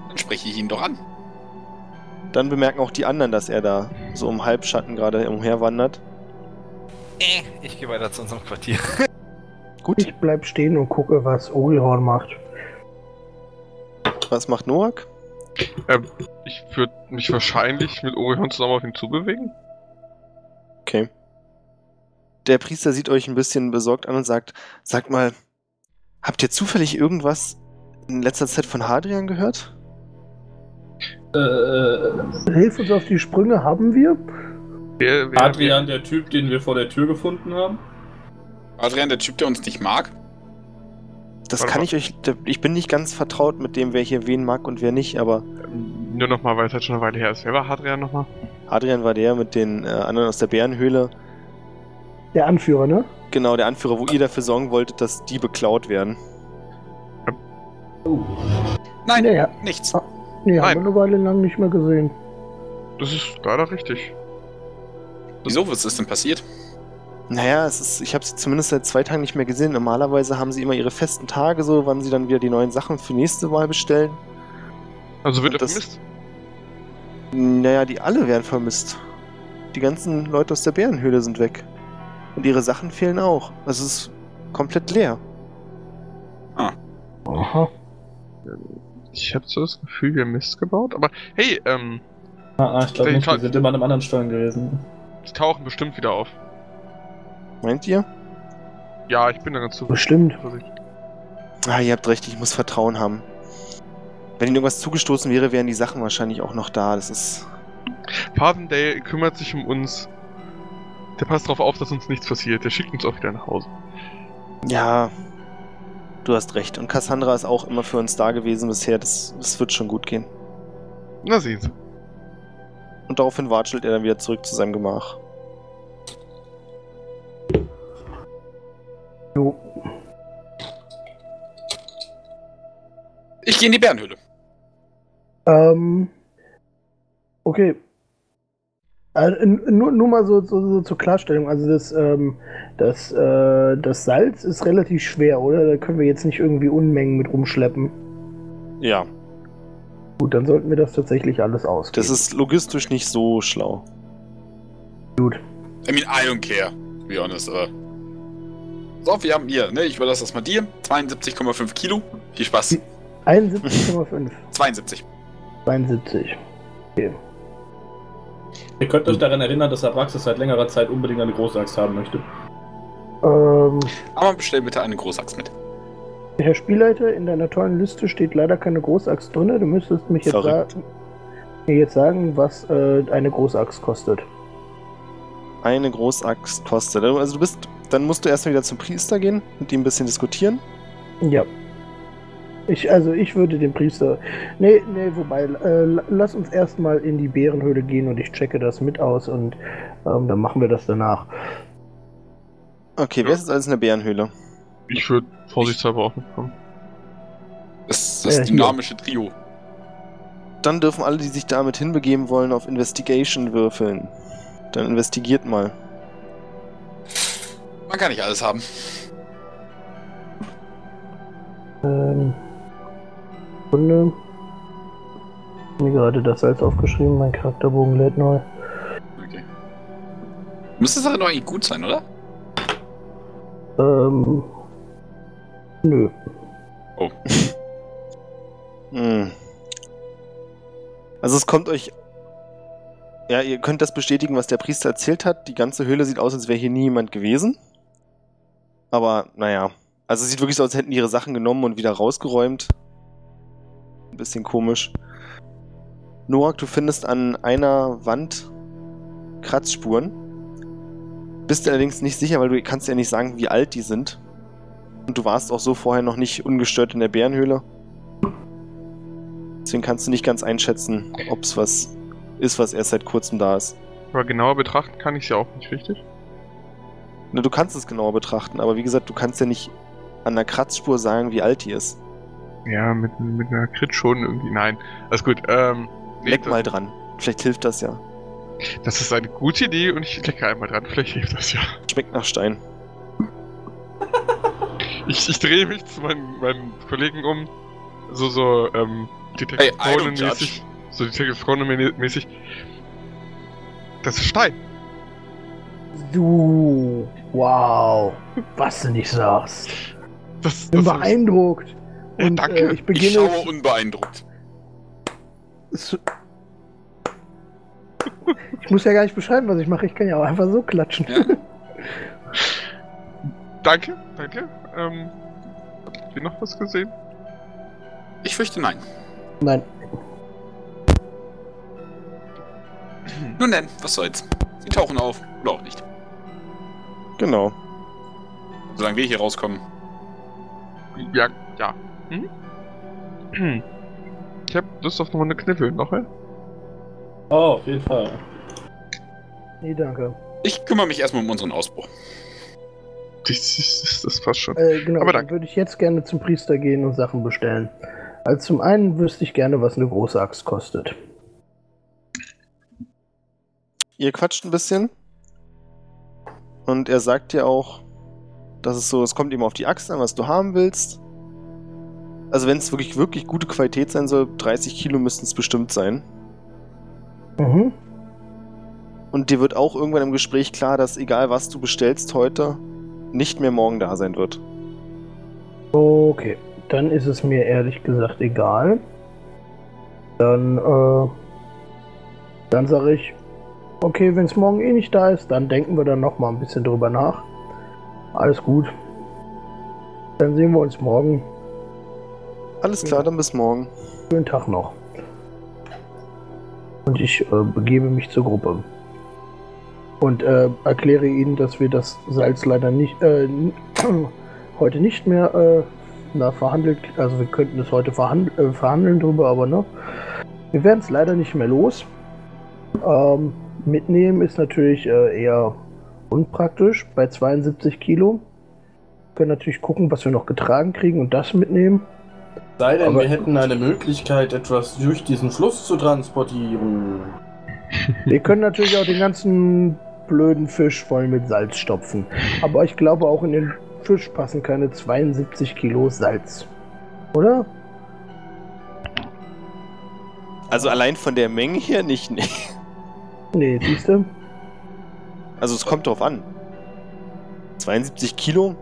Dann spreche ich ihn doch an. Dann bemerken auch die anderen, dass er da so im Halbschatten gerade umherwandert. äh, ich gehe weiter zu unserem Quartier. Hm. Gut, Ich bleib stehen und gucke, was Orihorn macht. was macht Noak? Ich würde mich wahrscheinlich mit Orion zusammen auf ihn zubewegen. Okay. Der Priester sieht euch ein bisschen besorgt an und sagt: Sagt mal, habt ihr zufällig irgendwas in letzter Zeit von Hadrian gehört? Äh, Hilf uns auf die Sprünge, haben wir? Wer, wer, Adrian, der Typ, den wir vor der Tür gefunden haben? Adrian, der Typ, der uns nicht mag. Das Warte kann mal. ich euch. Ich bin nicht ganz vertraut mit dem, wer hier wen mag und wer nicht, aber Wer, ähm, nur nochmal, weil es halt schon eine Weile her ist. Wer war Hadrian nochmal? Hadrian war der mit den äh, anderen aus der Bärenhöhle. Der Anführer, ne? Genau, der Anführer, wo ihr dafür sorgen wolltet, dass die beklaut werden. Nein, Naja, nichts. nee, Nein. haben wir eine Weile lang nicht mehr gesehen. Das ist leider richtig. Wieso? Was ist denn passiert? Naja, es ist, ich habe sie zumindest seit zwei Tagen nicht mehr gesehen. Normalerweise haben sie immer ihre festen Tage, so wann sie dann wieder die neuen Sachen für nächste Mal bestellen. Also wird Und er das- vermisst. Naja, die alle werden vermisst. Die ganzen Leute aus der Bärenhöhle sind weg. Und ihre Sachen fehlen auch. Also es ist komplett leer. Aha. Ich habe so das Gefühl, wir haben Mist gebaut. Aber hey, ähm, Ah, ah ich glaube Den nicht, wir Tag- sind immer an einem anderen Stollen gewesen. die tauchen bestimmt wieder auf. Meint ihr? Ja, ich bin da ganz zuversichtlich. Bestimmt. Ah, ihr habt recht, ich muss Vertrauen haben. Wenn ihnen irgendwas zugestoßen wäre, wären die Sachen wahrscheinlich auch noch da. Das ist. Farvendale kümmert sich um uns. Der passt drauf auf, dass uns nichts passiert. Der schickt uns auch wieder nach Hause. Ja. Du hast recht. Und Cassandra ist auch immer für uns da gewesen bisher. Das, das wird schon gut gehen. Na sehen Sie. Und daraufhin watschelt er dann wieder zurück zu seinem Gemach. Jo. Ich gehe in die Bärenhöhle. Ähm. Okay. Äh, n- nur, nur mal so, so, so zur Klarstellung. Also das, ähm, das, äh, das Salz ist relativ schwer, oder? Da können wir jetzt nicht irgendwie Unmengen mit rumschleppen. Ja. Gut, dann sollten wir das tatsächlich alles ausgeben. Das ist logistisch nicht so schlau. I mean, I don't care. To be honest, aber. So, wir haben hier, ne? Ich überlasse das mal dir. 72,5 Kilo. Viel Spaß. 71,5. 72. 72. Ihr könnt euch daran erinnern, dass Abraxas seit längerer Zeit unbedingt eine Großaxt haben möchte. Ähm, Aber bestell bitte eine Großachs mit. Herr Spielleiter, in deiner tollen Liste steht leider keine Großaxt drin. Du müsstest mich jetzt, Verrückt. sagen, mir jetzt sagen, was äh, eine Großaxt kostet. Eine Großaxt kostet. Also du bist. Dann musst du erstmal wieder zum Priester gehen, mit ihm ein bisschen diskutieren. Ja. Ich, also ich würde den Priester. Nee, nee, wobei, äh, la- lass uns erstmal in die Bärenhöhle gehen und ich checke das mit aus und ähm, dann machen wir das danach. Okay, wer Ja. ist jetzt alles in der Bärenhöhle? Ich würde vorsichtshalber auch mitkommen. Das, das Äh, hier. dynamische Trio. Dann dürfen alle, die sich damit hinbegeben wollen, auf Investigation würfeln. Dann investigiert mal. Man kann nicht alles haben. Ähm. Sekunde. Mir gerade das Salz aufgeschrieben, mein Charakterbogen lädt neu. Okay. Müsste es doch noch eigentlich gut sein, oder? Ähm, nö. Hm. Also es kommt euch. Ja, ihr könnt das bestätigen, was der Priester erzählt hat. Die ganze Höhle sieht aus, als wäre hier nie jemand gewesen. Aber naja. Also es sieht wirklich so aus, als hätten die ihre Sachen genommen und wieder rausgeräumt. Ein bisschen komisch. Noak, du findest an einer Wand Kratzspuren. Bist dir allerdings nicht sicher, weil du kannst ja nicht sagen, wie alt die sind. Und du warst auch so vorher noch nicht ungestört in der Bärenhöhle. Deswegen kannst du nicht ganz einschätzen, ob es was ist, was erst seit kurzem da ist. Aber genauer betrachten kann ich ja auch nicht, richtig? Na, du kannst es genauer betrachten, aber wie gesagt, du kannst ja nicht an der Kratzspur sagen, wie alt die ist. Ja, mit, mit einer Crit schon irgendwie. Nein, alles gut. Ähm, nee, Leck das, mal dran. Vielleicht hilft das ja. das ist eine gute Idee und ich lecke einmal dran. Vielleicht hilft das ja. Schmeckt nach Stein. Ich, ich drehe mich zu meinem, meinem Kollegen um. So, so, ähm, Hey, I don't Detektivkonen-mäßig. So Detektivkonen-mäßig. Das ist Stein. Du, wow, was du nicht sagst. Das, Bin das hab ich- beeindruckt. Ja, Und, danke. Äh, ich Ich beginne schaue unbeeindruckt. Es- Ich muss ja gar nicht beschreiben, was ich mache. Ich kann ja auch einfach so klatschen. Ja. danke, danke. Ähm, hab ich noch was gesehen? Ich fürchte nein. Nein. Nun denn, was soll's. Sie tauchen auf. Oder auch nicht. Genau. Solange wir hier rauskommen. Ja, ja. Hm? Hm. Ich hab Lust auf nochmal eine Kniffel. Noch mal? Oh, auf jeden Fall. Nee, danke. Ich kümmere mich erstmal um unseren Ausbruch. Das, das, das passt schon. Äh, genau, Aber dann danke. würde ich jetzt gerne zum Priester gehen und Sachen bestellen. Also zum einen wüsste ich gerne, was eine große Axt kostet. Ihr quatscht ein bisschen. Und er sagt dir auch, dass es so, es kommt eben auf die Axt an, was du haben willst. Also wenn es wirklich, wirklich gute Qualität sein soll, 30 Kilo müssten es bestimmt sein. Mhm. Und dir wird auch irgendwann im Gespräch klar, dass egal was du bestellst heute, nicht mehr morgen da sein wird. Okay, dann ist es mir ehrlich gesagt egal. Dann, äh, dann sage ich, okay, wenn es morgen eh nicht da ist, dann denken wir dann noch mal ein bisschen drüber nach. Alles gut. Dann sehen wir uns morgen. Alles klar, dann bis morgen. Schönen Tag noch. Und ich äh, begebe mich zur Gruppe. Und äh, erkläre ihnen, dass wir das Salz leider nicht äh, heute nicht mehr äh, na, verhandelt. Also wir könnten es heute verhand äh, verhandeln drüber, aber ne. Wir werden es leider nicht mehr los. Ähm, mitnehmen ist natürlich äh, eher unpraktisch bei 72 Kilo. Wir können natürlich gucken, was wir noch getragen kriegen und das mitnehmen. Sei denn, Aber- wir hätten eine Möglichkeit, etwas durch diesen Fluss zu transportieren. Wir können natürlich auch den ganzen blöden Fisch voll mit Salz stopfen. Aber ich glaube, auch in den Fisch passen keine 72 Kilo Salz. Oder? Also allein von der Menge her nicht. Nee. Nee, siehst du? Also es kommt drauf an. 72 Kilo?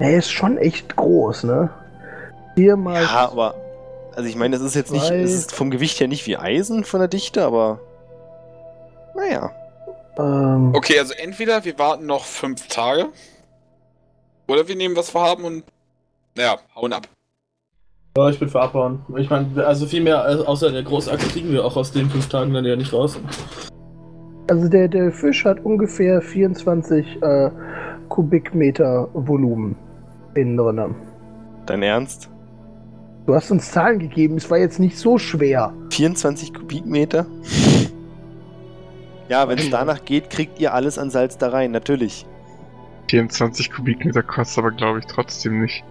Der ist schon echt groß, ne? Hier mal. Ja, aber. Also ich meine, das ist jetzt nicht. Zwei. Es ist vom Gewicht her nicht wie Eisen von der Dichte, aber. Naja. ähm, Okay, also entweder wir warten noch fünf Tage. Oder wir nehmen, was wir haben und. Naja, hauen ab. Ja, ich bin für Abhauen. Ich meine, also viel mehr als- außer der Großachse kriegen wir auch aus den fünf Tagen dann ja nicht raus. Also der, der Fisch hat ungefähr 24 äh, Kubikmeter Volumen innen drin. Dein Ernst? Du hast uns Zahlen gegeben, es war jetzt nicht so schwer. 24 Kubikmeter? Ja, wenn es danach geht, kriegt ihr alles an Salz da rein, natürlich. 24 Kubikmeter kostet aber, glaube ich, trotzdem nicht.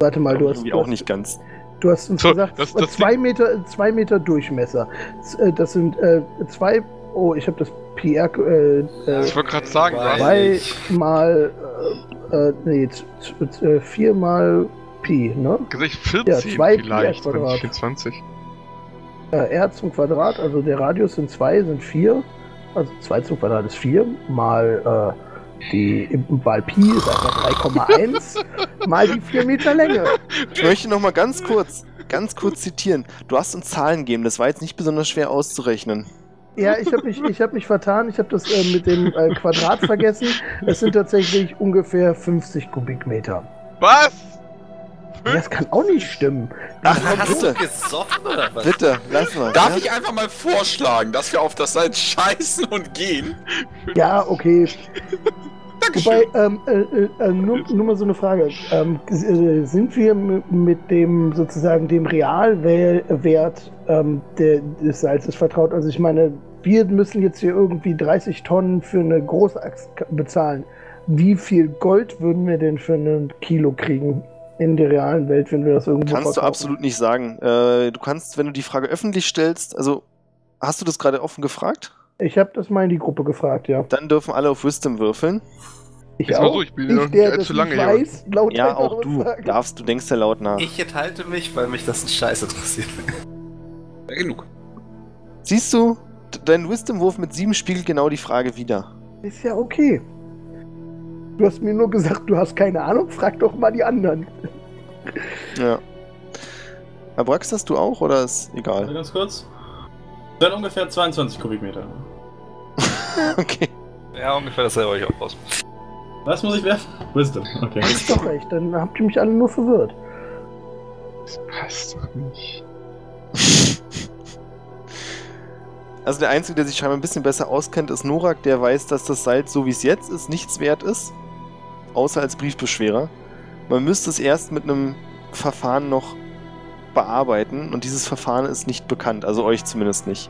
Warte mal, du hast, Irgendwie du auch hast nicht ganz. Du hast uns So, gesagt, das- das zwei, Meter, zwei Meter Durchmesser. Z- äh, Das sind äh, zwei. Oh, ich habe das PR. Äh, Ich äh, wollte gerade sagen, du hast, zwei mal. Äh, äh, nee, z- z- äh, vier mal Pi, ne? gesagt 14 Ja, zwei vielleicht, Pi wenn Quadrat. nicht 24. Äh, R zum Quadrat, also der Radius sind zwei, sind vier. Also 2 zu Quadrat ist 4 mal äh, die mal Pi ist einfach 3,1 mal die 4 Meter Länge. Ich möchte noch mal ganz kurz, ganz kurz zitieren. Du hast uns Zahlen gegeben, das war jetzt nicht besonders schwer auszurechnen. Ja, ich habe mich, ich hab mich vertan. Ich habe das äh, mit dem äh, Quadrat vergessen. Es sind tatsächlich ungefähr 50 Kubikmeter. Was? Ja, das kann auch nicht stimmen. Ach komm, Hast du bitte, gesoffen oder was? bitte, lass mal. Darf ja? ich einfach mal vorschlagen, dass wir auf das Salz scheißen und gehen? Ja, okay. Wobei, ähm, äh, äh, äh, nur, nur mal so eine Frage. Ähm, s- äh, sind wir m- mit dem sozusagen dem Realwert ähm, der, des Salzes vertraut? Also ich meine, wir müssen jetzt hier irgendwie 30 Tonnen für eine Großaxt k- bezahlen. Wie viel Gold würden wir denn für ein Kilo kriegen in der realen Welt, wenn wir das irgendwo Kannst du verkaufen? absolut nicht sagen. Äh, du kannst, wenn du die Frage öffentlich stellst, also hast du das gerade offen gefragt? Ich habe das mal in die Gruppe gefragt, ja. Dann dürfen alle auf Wisdom würfeln. Ich Jetzt mal so, ich bin ja noch nicht der allzu das lange nicht hier. weiß, laut Ja, einfach auch du aussagen. darfst, du denkst ja laut nach. Ich enthalte mich, weil mich das ein Scheiß interessiert. Ja, genug. Siehst du, d- dein Wisdom-Wurf mit sieben spiegelt genau die Frage wieder. Ist ja okay. Du hast mir nur gesagt, du hast keine Ahnung, frag doch mal die anderen. Ja. Abrax hast du auch oder ist Warte egal? ganz kurz. Dann ungefähr 22 Kubikmeter. Okay. Ja, ungefähr das sah euch auch aus. Was muss ich werfen? Wisdom. Okay. Ist doch recht, dann habt ihr mich alle nur verwirrt. Das passt doch nicht. Also der Einzige, der sich scheinbar ein bisschen besser auskennt, ist Norak, der weiß, dass das Salz, so wie es jetzt ist, nichts wert ist. Außer als Briefbeschwerer. Man müsste es erst mit einem Verfahren noch bearbeiten und dieses Verfahren ist nicht bekannt, also euch zumindest nicht.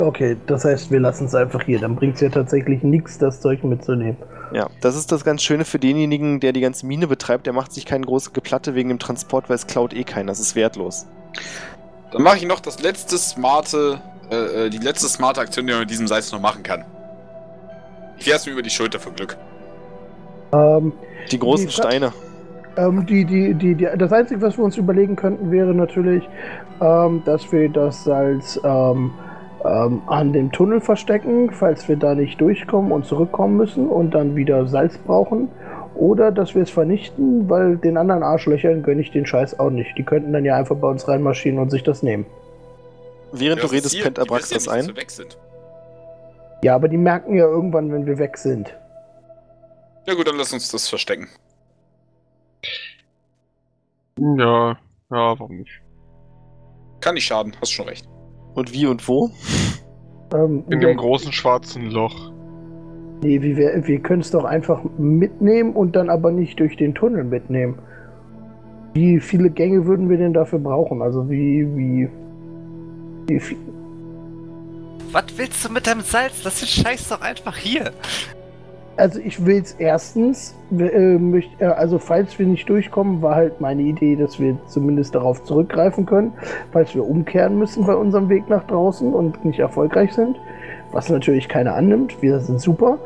Okay, das heißt, wir lassen es einfach hier. Dann bringt es ja tatsächlich nichts, das Zeug mitzunehmen. Ja, das ist das ganz Schöne für denjenigen, der die ganze Mine betreibt, der macht sich keine große Geplatte wegen dem Transport, weil es klaut eh keiner, das ist wertlos. Dann mache ich noch das letzte smarte, äh, äh, die letzte smarte Aktion, die man mit diesem Salz noch machen kann. Ich werfe es mir über die Schulter für Glück. Ähm, Die großen Die Fra- Steine. ähm, die, die, die, die, das Einzige, was wir uns überlegen könnten, wäre natürlich, ähm, dass wir das Salz ähm, ähm, an dem Tunnel verstecken, falls wir da nicht durchkommen und zurückkommen müssen und dann wieder Salz brauchen. Oder dass wir es vernichten, weil den anderen Arschlöchern gönne ich den Scheiß auch nicht. Die könnten dann ja einfach bei uns reinmarschieren und sich das nehmen. Während du Ja, redest, Ziel, pennt die Abrax wissen ja das nicht, dass ein. wir weg sind. Ja, aber die merken ja irgendwann, wenn wir weg sind. Ja gut, dann lass uns das verstecken. Ja, ja, warum nicht? Kann nicht schaden, hast schon recht. Und wie und wo? Ähm, In wir- dem großen schwarzen Loch. nee, wir, wir, wir können es doch einfach mitnehmen und dann aber nicht durch den Tunnel mitnehmen. Wie viele Gänge würden wir denn dafür brauchen? Also wie, wie, wie viel? Was willst du mit deinem Salz? Lass den Scheiß doch einfach hier. Also ich will es erstens, äh, möcht, äh, also falls wir nicht durchkommen, war halt meine Idee, dass wir zumindest darauf zurückgreifen können, falls wir umkehren müssen bei unserem Weg nach draußen und nicht erfolgreich sind, was natürlich keiner annimmt, wir sind super.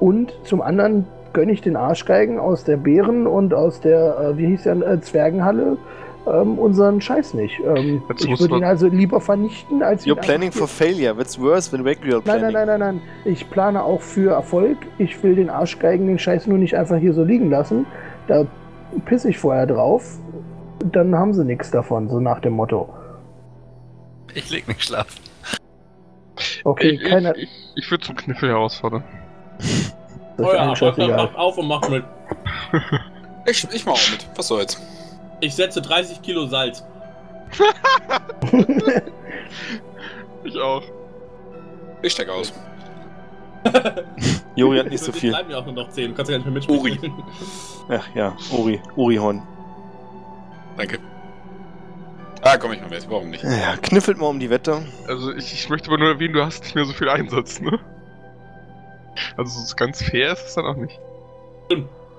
Und zum anderen gönne ich den Arschgeigen aus der Bären und aus der, äh, wie hieß ja, äh, Zwergenhalle ähm, unseren Scheiß nicht. Ähm, Jetzt ich muss würde man- ihn also lieber vernichten, als ihn You're planning for einfach- failure. What's worse than regular Nein, planning? nein, nein, nein, nein. Ich plane auch für Erfolg. Ich will den Arschgeigen, den Scheiß nur nicht einfach hier so liegen lassen. Da pisse ich vorher drauf. Dann haben sie nichts davon, so nach dem Motto. Ich leg mich schlafen. Okay, ich, keiner. ich, ich, ich würde zum Kniffel herausfordern. Das Oh ist ja, allen macht, scheißegal. macht auf und macht mit. Ich, ich mach auch mit. Was soll's? Ich setze 30 Kilo Salz. Ich auch. Ich steck aus. Jori hat nicht so Es viel. bleiben ja auch nur noch 10. Du kannst ja gar nicht mehr mitspielen. Ach ja, Uri. Urihorn. Danke. Ah, komm ich mal mit. Warum nicht? Ja, kniffelt mal um die Wette. Also ich, ich möchte aber nur erwähnen, du hast nicht mehr so viel Einsatz, ne? Also so ganz fair ist es dann auch nicht.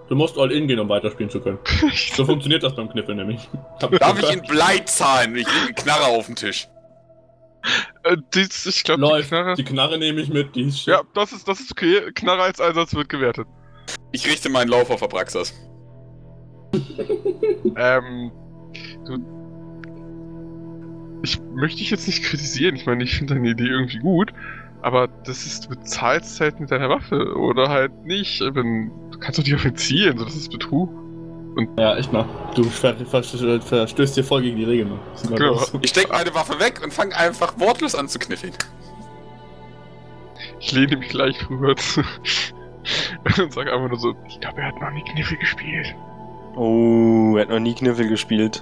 Du musst all in gehen, um weiterspielen zu können. So funktioniert das beim Kniffel nämlich. Darf ich in Blei zahlen? Ich leg einen Knarre auf den Tisch. Äh, dies, ich glaube, die Läuft. Knarre. Die Knarre nehme ich mit, die ist shit. Ja, das ist, das ist okay. Knarre als Einsatz wird gewertet. Ich richte meinen Lauf auf Abraxas. Ähm. Du, ich möchte dich jetzt nicht kritisieren. Ich meine, ich finde deine Idee irgendwie gut. Aber das ist, du bezahlst halt mit deiner Waffe oder halt nicht. Wenn, du kannst doch nicht auf ihn zielen, so, das ist Betrug. Ja, echt mal. Du ver ver ver verstößt hier voll gegen die Regeln. Das ist mal Genau. los. Ich steck meine Waffe weg und fange einfach wortlos an zu kniffeln. Ich lehne mich leicht rüber zu. und sage einfach nur so, ich glaube, er hat noch nie Kniffel gespielt. Oh, er hat noch nie Kniffel gespielt.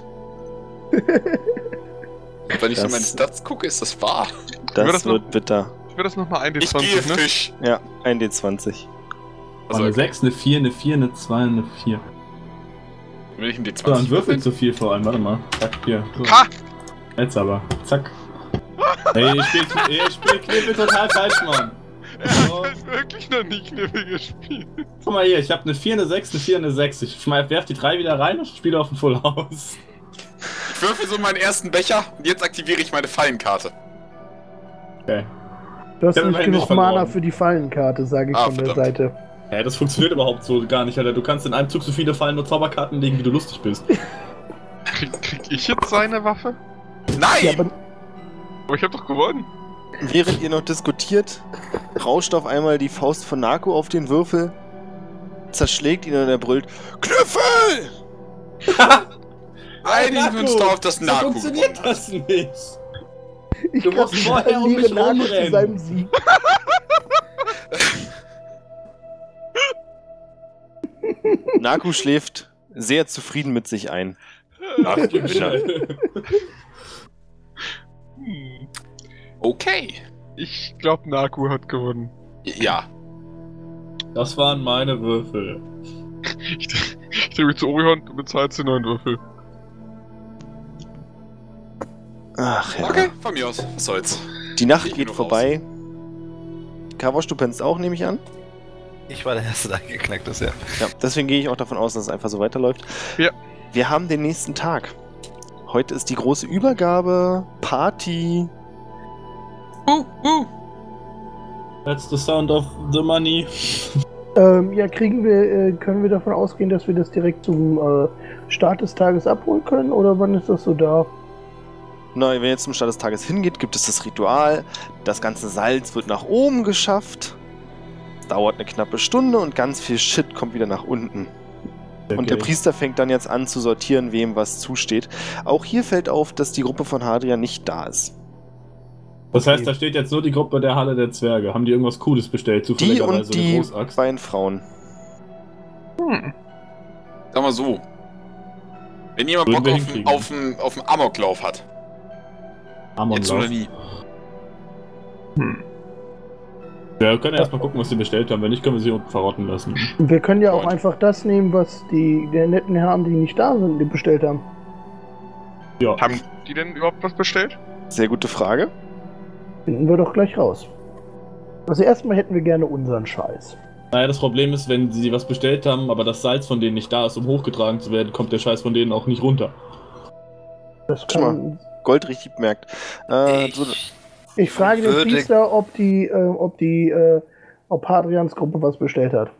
Wenn ich so Das- meine Stats gucke, ist das wahr. Das, Wird das noch- wird bitter. Ich will das nochmal Ich gehe 1D20, ne? Fisch. Ja, 1d20. Also, eine 6, eine 4, eine 4, eine 2, eine 4. will ich in die 20 So, dann würfel zu viel vor allem. Warte mal. Zack, hier. So. Ha! Jetzt aber. Zack. Ey, ich spiel, ey, ich spiel Knebel total falsch, Mann. Er hat Oh. halt wirklich noch nie Kniffel gespielt. Guck mal hier, ich hab eine 4, eine 6, eine 4, eine 6. Ich schmeiß, werf die 3 wieder rein und spiele auf dem Full House. Ich würfel so meinen ersten Becher und jetzt aktiviere ich meine Fallenkarte. Okay. Du hast Ja, nicht immerhin genug nicht Mana verloren. für die Fallenkarte, sage ich Ah, von der verdammt. Seite. Ja, das funktioniert überhaupt so gar nicht, Alter. Du kannst in einem Zug so viele Fallen und Zauberkarten legen, wie du lustig bist. Krieg, krieg ich jetzt seine Waffe? Nein! Ja, aber Aber ich habe doch gewonnen. Während ihr noch diskutiert, rauscht auf einmal die Faust von Narko auf den Würfel, zerschlägt ihn und er brüllt: Knüffel! Einigen Naku, wir uns darauf, dass so Naku funktioniert gewonnen hat. das nicht. ich Du musst vorher um mich gratuliere Nago zu rumrennen. seinem Sieg. Narko schläft sehr zufrieden mit sich ein. Naku gewinnt. Gewinner. Hm. Okay. Ich glaube, Naku hat gewonnen. Ja. Das waren meine Würfel. Ich, ich drehe mich zu Orion, du bezahlst den neuen Würfel. Ach ja. Okay, von mir aus. Was soll's. Die Nacht Ich bin geht noch vorbei. Kavosch, du pennst auch, nehme ich an. Ich war der Erste, der geknackt ist, ja. Ja, deswegen gehe ich auch davon aus, dass es einfach so weiterläuft. Ja. Wir haben den nächsten Tag. Heute ist die große Übergabe, Party. Uh, uh. That's the sound of the money. Ähm, ja, kriegen wir, äh, können wir davon ausgehen, dass wir das direkt zum äh, Start des Tages abholen können? Oder wann ist das so da? Na, wenn ihr jetzt zum Start des Tages hingeht, gibt es das Ritual. Das ganze Salz wird nach oben geschafft. Dauert eine knappe Stunde und ganz viel Shit kommt wieder nach unten. Und der Priester fängt dann jetzt an zu sortieren, wem was zusteht. Auch hier fällt auf, dass die Gruppe von Hadria nicht da ist. Das heißt, da steht jetzt nur die Gruppe der Halle der Zwerge. Haben die irgendwas Cooles bestellt? Die Zufälligerweise und die also eine Großaxt. beiden Frauen. Sag mal so. Wenn jemand Bock Würden wir auf einen hinkriegen. auf einen- auf einen Amoklauf hat, Amon jetzt oder nie. Ja, wir können ja erstmal gucken, was sie bestellt haben. Wenn nicht, können wir sie unten verrotten lassen. Wir können ja auch Und- einfach das nehmen, was die der netten Herren, die nicht da sind, die bestellt haben. Ja. Haben die denn überhaupt was bestellt? Sehr gute Frage. Finden wir doch gleich raus. Also erstmal hätten wir gerne unseren Scheiß. Naja, das Problem ist, wenn sie was bestellt haben, aber das Salz von denen nicht da ist, um hochgetragen zu werden, kommt der Scheiß von denen auch nicht runter. Das Schau mal. kann, Gold richtig bemerkt. Äh, so, ich frage den Würde- Priester, ob die, äh, ob die, äh, ob Hadrians Gruppe was bestellt hat.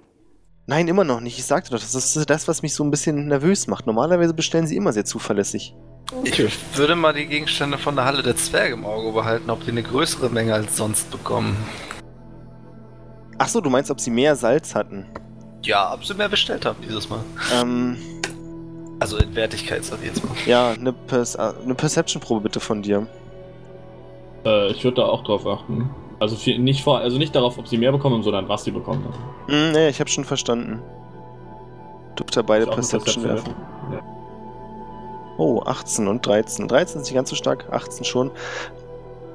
nein, immer noch nicht. Ich sagte doch, das ist das, was mich so ein bisschen nervös macht. Normalerweise bestellen sie immer sehr zuverlässig. Ich würde mal die Gegenstände von der Halle der Zwerge im Auge behalten, ob die eine größere Menge als sonst bekommen. Ach so, du meinst, ob sie mehr Salz hatten? Ja, ob sie mehr bestellt haben dieses Mal. Ähm, Also in Wertigkeit, sag ich jetzt mal. ja, eine, Perce- äh, eine Perception-Probe bitte von dir. Äh, ich würde da auch drauf achten. Also viel, nicht vor, also nicht darauf, ob sie mehr bekommen, haben, sondern was sie bekommen haben. Hm, naja, ich habe schon verstanden. Dürft ihr beide Ist auch eine Perception werfen. Perception werfen. Oh, 18 und 13. 13 ist nicht ganz so stark, 18 schon.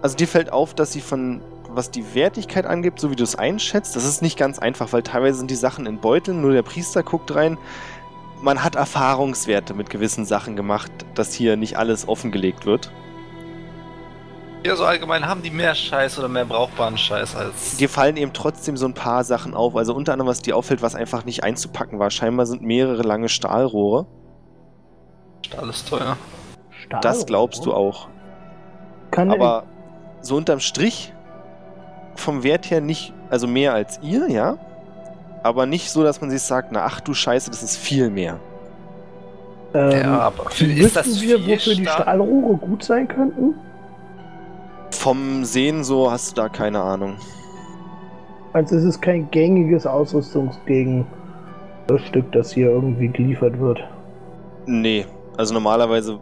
Also dir fällt auf, dass sie von, was die Wertigkeit angibt, so wie du es einschätzt, das ist nicht ganz einfach, weil teilweise sind die Sachen in Beuteln, nur der Priester guckt rein. Man hat Erfahrungswerte mit gewissen Sachen gemacht, dass hier nicht alles offengelegt wird. Ja, so allgemein haben die mehr Scheiß oder mehr brauchbaren Scheiß als. Dir fallen eben trotzdem so ein paar Sachen auf. Also unter anderem, was dir auffällt, was einfach nicht einzupacken war. Scheinbar sind mehrere lange Stahlrohre. alles teuer. Stahl Das glaubst du auch. Kann Aber so unterm Strich vom Wert her nicht, also mehr als ihr, ja. Aber nicht so, dass man sich sagt, na ach du Scheiße, das ist viel mehr. ähm, ja, aber Ähm, Wissen wir, wofür die Stahlrohre gut sein könnten? Vom Sehen so hast du da keine Ahnung. Also es ist kein gängiges Ausrüstungsgegenstück, das hier irgendwie geliefert wird. Nee, also normalerweise.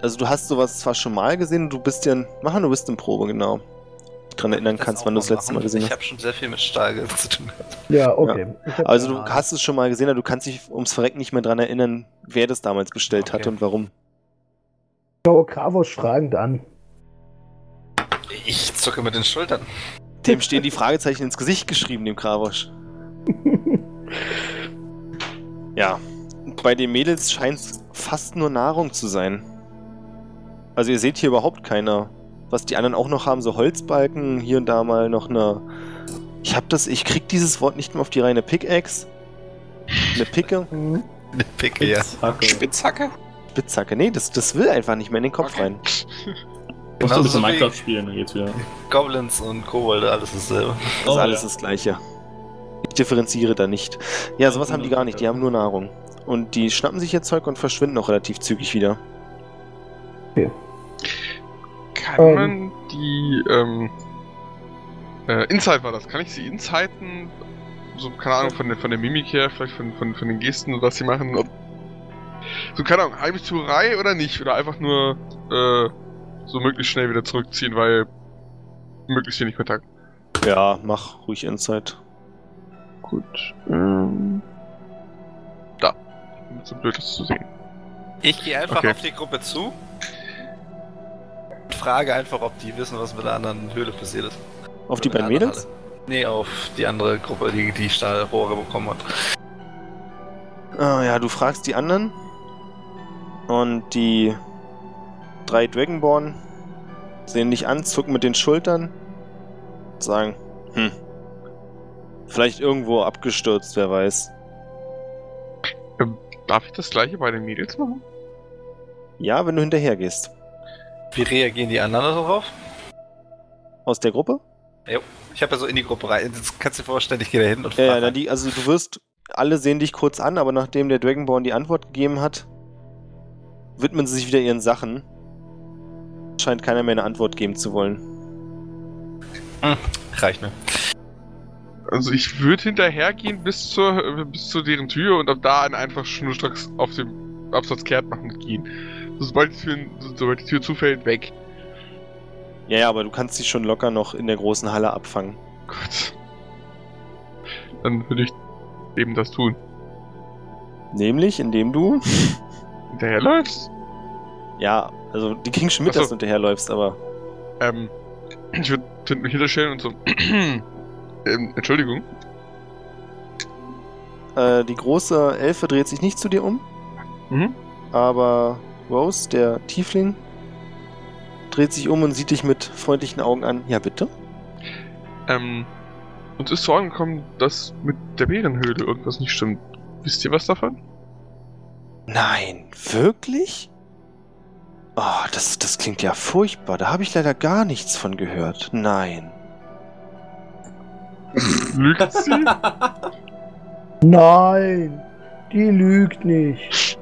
Also du hast sowas zwar schon mal gesehen, du bist ja. Machen, du bist in Probe, genau. Dran erinnern Das kannst, auch wann du das mal letzte machen. Mal gesehen Ich hast. habe schon sehr viel mit Stahl zu tun. Ja, okay. Ich hab Also keine du Ahnung. hast es schon mal gesehen, aber du kannst dich ums Verrecken nicht mehr dran erinnern, wer das damals bestellt Okay. hatte und warum. Ich schaue Kravos fragend an. Ich zucke mit den Schultern. Dem stehen die Fragezeichen ins Gesicht geschrieben, dem Kravosch. Ja. Bei den Mädels scheint es fast nur Nahrung zu sein. Also ihr seht hier überhaupt keiner. Was die anderen auch noch haben, so Holzbalken, hier und da mal noch eine. Ich hab das, ich krieg dieses Wort nicht mehr auf die reine Pickaxe. Eine Picke, Eine Picke, ja. Spitzhacke. Spitzhacke? Spitzhacke. Nee, das, das will einfach nicht mehr in den Kopf Okay. rein. Musst du ein bisschen Genauso wie Minecraft spielen, dann geht's wieder. Goblins und Kobolde, alles dasselbe. Das Oh, ist alles ja. das Gleiche. Ich differenziere da nicht. Ja, sowas haben die gar nicht. Die haben nur Nahrung. Und die schnappen sich ihr Zeug und verschwinden auch relativ zügig wieder. Kann Ähm. man die, ähm, äh, Insight war das. Kann ich sie insighten? So, keine Ahnung, von der, von der Mimik her, vielleicht von, von, von den Gesten, was sie machen. Ob, so, keine Ahnung, Heimtuerei oder nicht? Oder einfach nur, äh, so möglichst schnell wieder zurückziehen, weil möglichst wenig Kontakt. Ja, mach ruhig Insight. Gut. Ähm. Da. Um So blöd, das zu sehen. Ich gehe einfach Okay. auf die Gruppe zu. und Frage einfach, ob die wissen, was mit der anderen Höhle passiert ist. Auf die Oder beiden mit der Mädels? anderen Halle. Nee, auf die andere Gruppe, die die Stahlrohre bekommen hat. Ah, ja, du fragst die anderen. Und die drei Dragonborn sehen dich an, zucken mit den Schultern. Sagen, hm. Vielleicht irgendwo abgestürzt, wer weiß. Darf ich das gleiche bei den Mädels machen? Ja, wenn du hinterhergehst. Wie reagieren die anderen darauf? Aus der Gruppe? Ich habe ja so in die Gruppe rein. Jetzt kannst du dir vorstellen, ich gehe da hin und Ja, ja, na, frage. die, also du wirst, alle sehen dich kurz an, aber nachdem der Dragonborn die Antwort gegeben hat, widmen sie sich wieder ihren Sachen. Scheint keiner mehr eine Antwort geben zu wollen. Reicht mir. Also ich würde hinterhergehen bis zur äh, bis zu deren Tür und ab da an einfach schnurstracks auf dem Absatz kehrt machen und gehen. Sobald die, Tür, sobald die Tür zufällt, weg. Ja, ja, aber du kannst sie schon locker noch in der großen Halle abfangen. Gott. Dann würde ich eben das tun. Nämlich, indem du. Hinterherläufst? Ja, also die kriegen schon mit, Ach so. dass du hinterherläufst, aber. Ähm, ich würde würd mich hinterstellen und so. ähm, Entschuldigung. Äh, die große Elfe dreht sich nicht zu dir um. Mhm. Aber Rose, der Tiefling, dreht sich um und sieht dich mit freundlichen Augen an. Ja, bitte? Ähm, uns ist so angekommen, dass mit der Bärenhöhle irgendwas nicht stimmt. Wisst ihr was davon? Nein, wirklich? Oh, das, das klingt ja furchtbar. Da habe ich leider gar nichts von gehört. Nein. Lügt sie? Nein, die lügt nicht.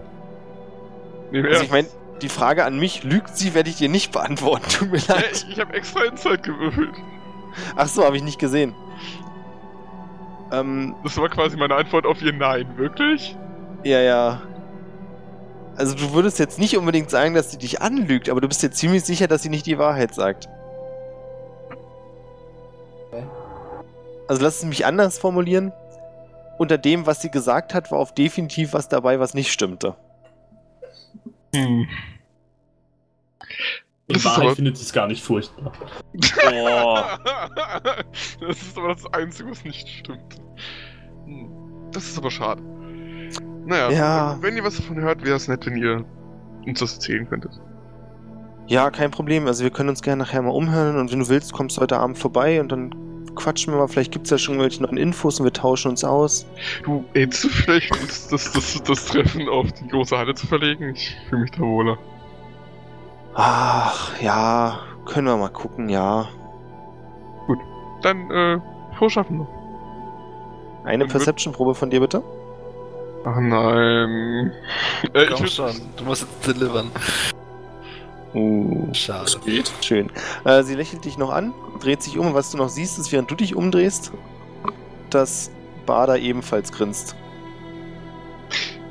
Nee, Also ich meine, die Frage an mich, lügt sie, werde ich dir nicht beantworten. Tut mir ja, leid. Äh, ich, ich habe extra Insight gewürfelt. Ach so, habe ich nicht gesehen. Ähm, Das war quasi meine Antwort auf ihr Nein, wirklich? ja, ja. Also du würdest jetzt nicht unbedingt sagen, dass sie dich anlügt, aber du bist dir ziemlich sicher, dass sie nicht die Wahrheit sagt. Also lass es mich anders formulieren. Unter dem, was sie gesagt hat, war auf definitiv was dabei, was nicht stimmte. Hm. In Das ist Wahrheit aber- findet sie es gar nicht furchtbar. Das ist aber das Einzige, was nicht stimmt. Hm. Das ist aber schade. Naja, Ja. wenn ihr was davon hört, wäre es nett, wenn ihr uns das erzählen könntet. Ja, kein Problem. Also wir können uns gerne nachher mal umhören und wenn du willst, kommst du heute Abend vorbei und dann quatschen wir mal. Vielleicht gibt es ja schon irgendwelche neuen Infos und wir tauschen uns aus. Du, hättest du vielleicht uns das, das, das Treffen auf die große Halle zu verlegen? Ich fühle mich da wohler. Ach, ja, können wir mal gucken, ja. Dann, äh, vorschaffen noch. Eine Mhm. Perception-Probe von dir bitte. Ach nein. Äh, ich Komm würd- schon, du musst jetzt delivern. Uh, Schade. Das geht. schön. Äh, sie lächelt dich noch an, dreht sich um und was du noch siehst, ist, während du dich umdrehst, dass Bader ebenfalls grinst.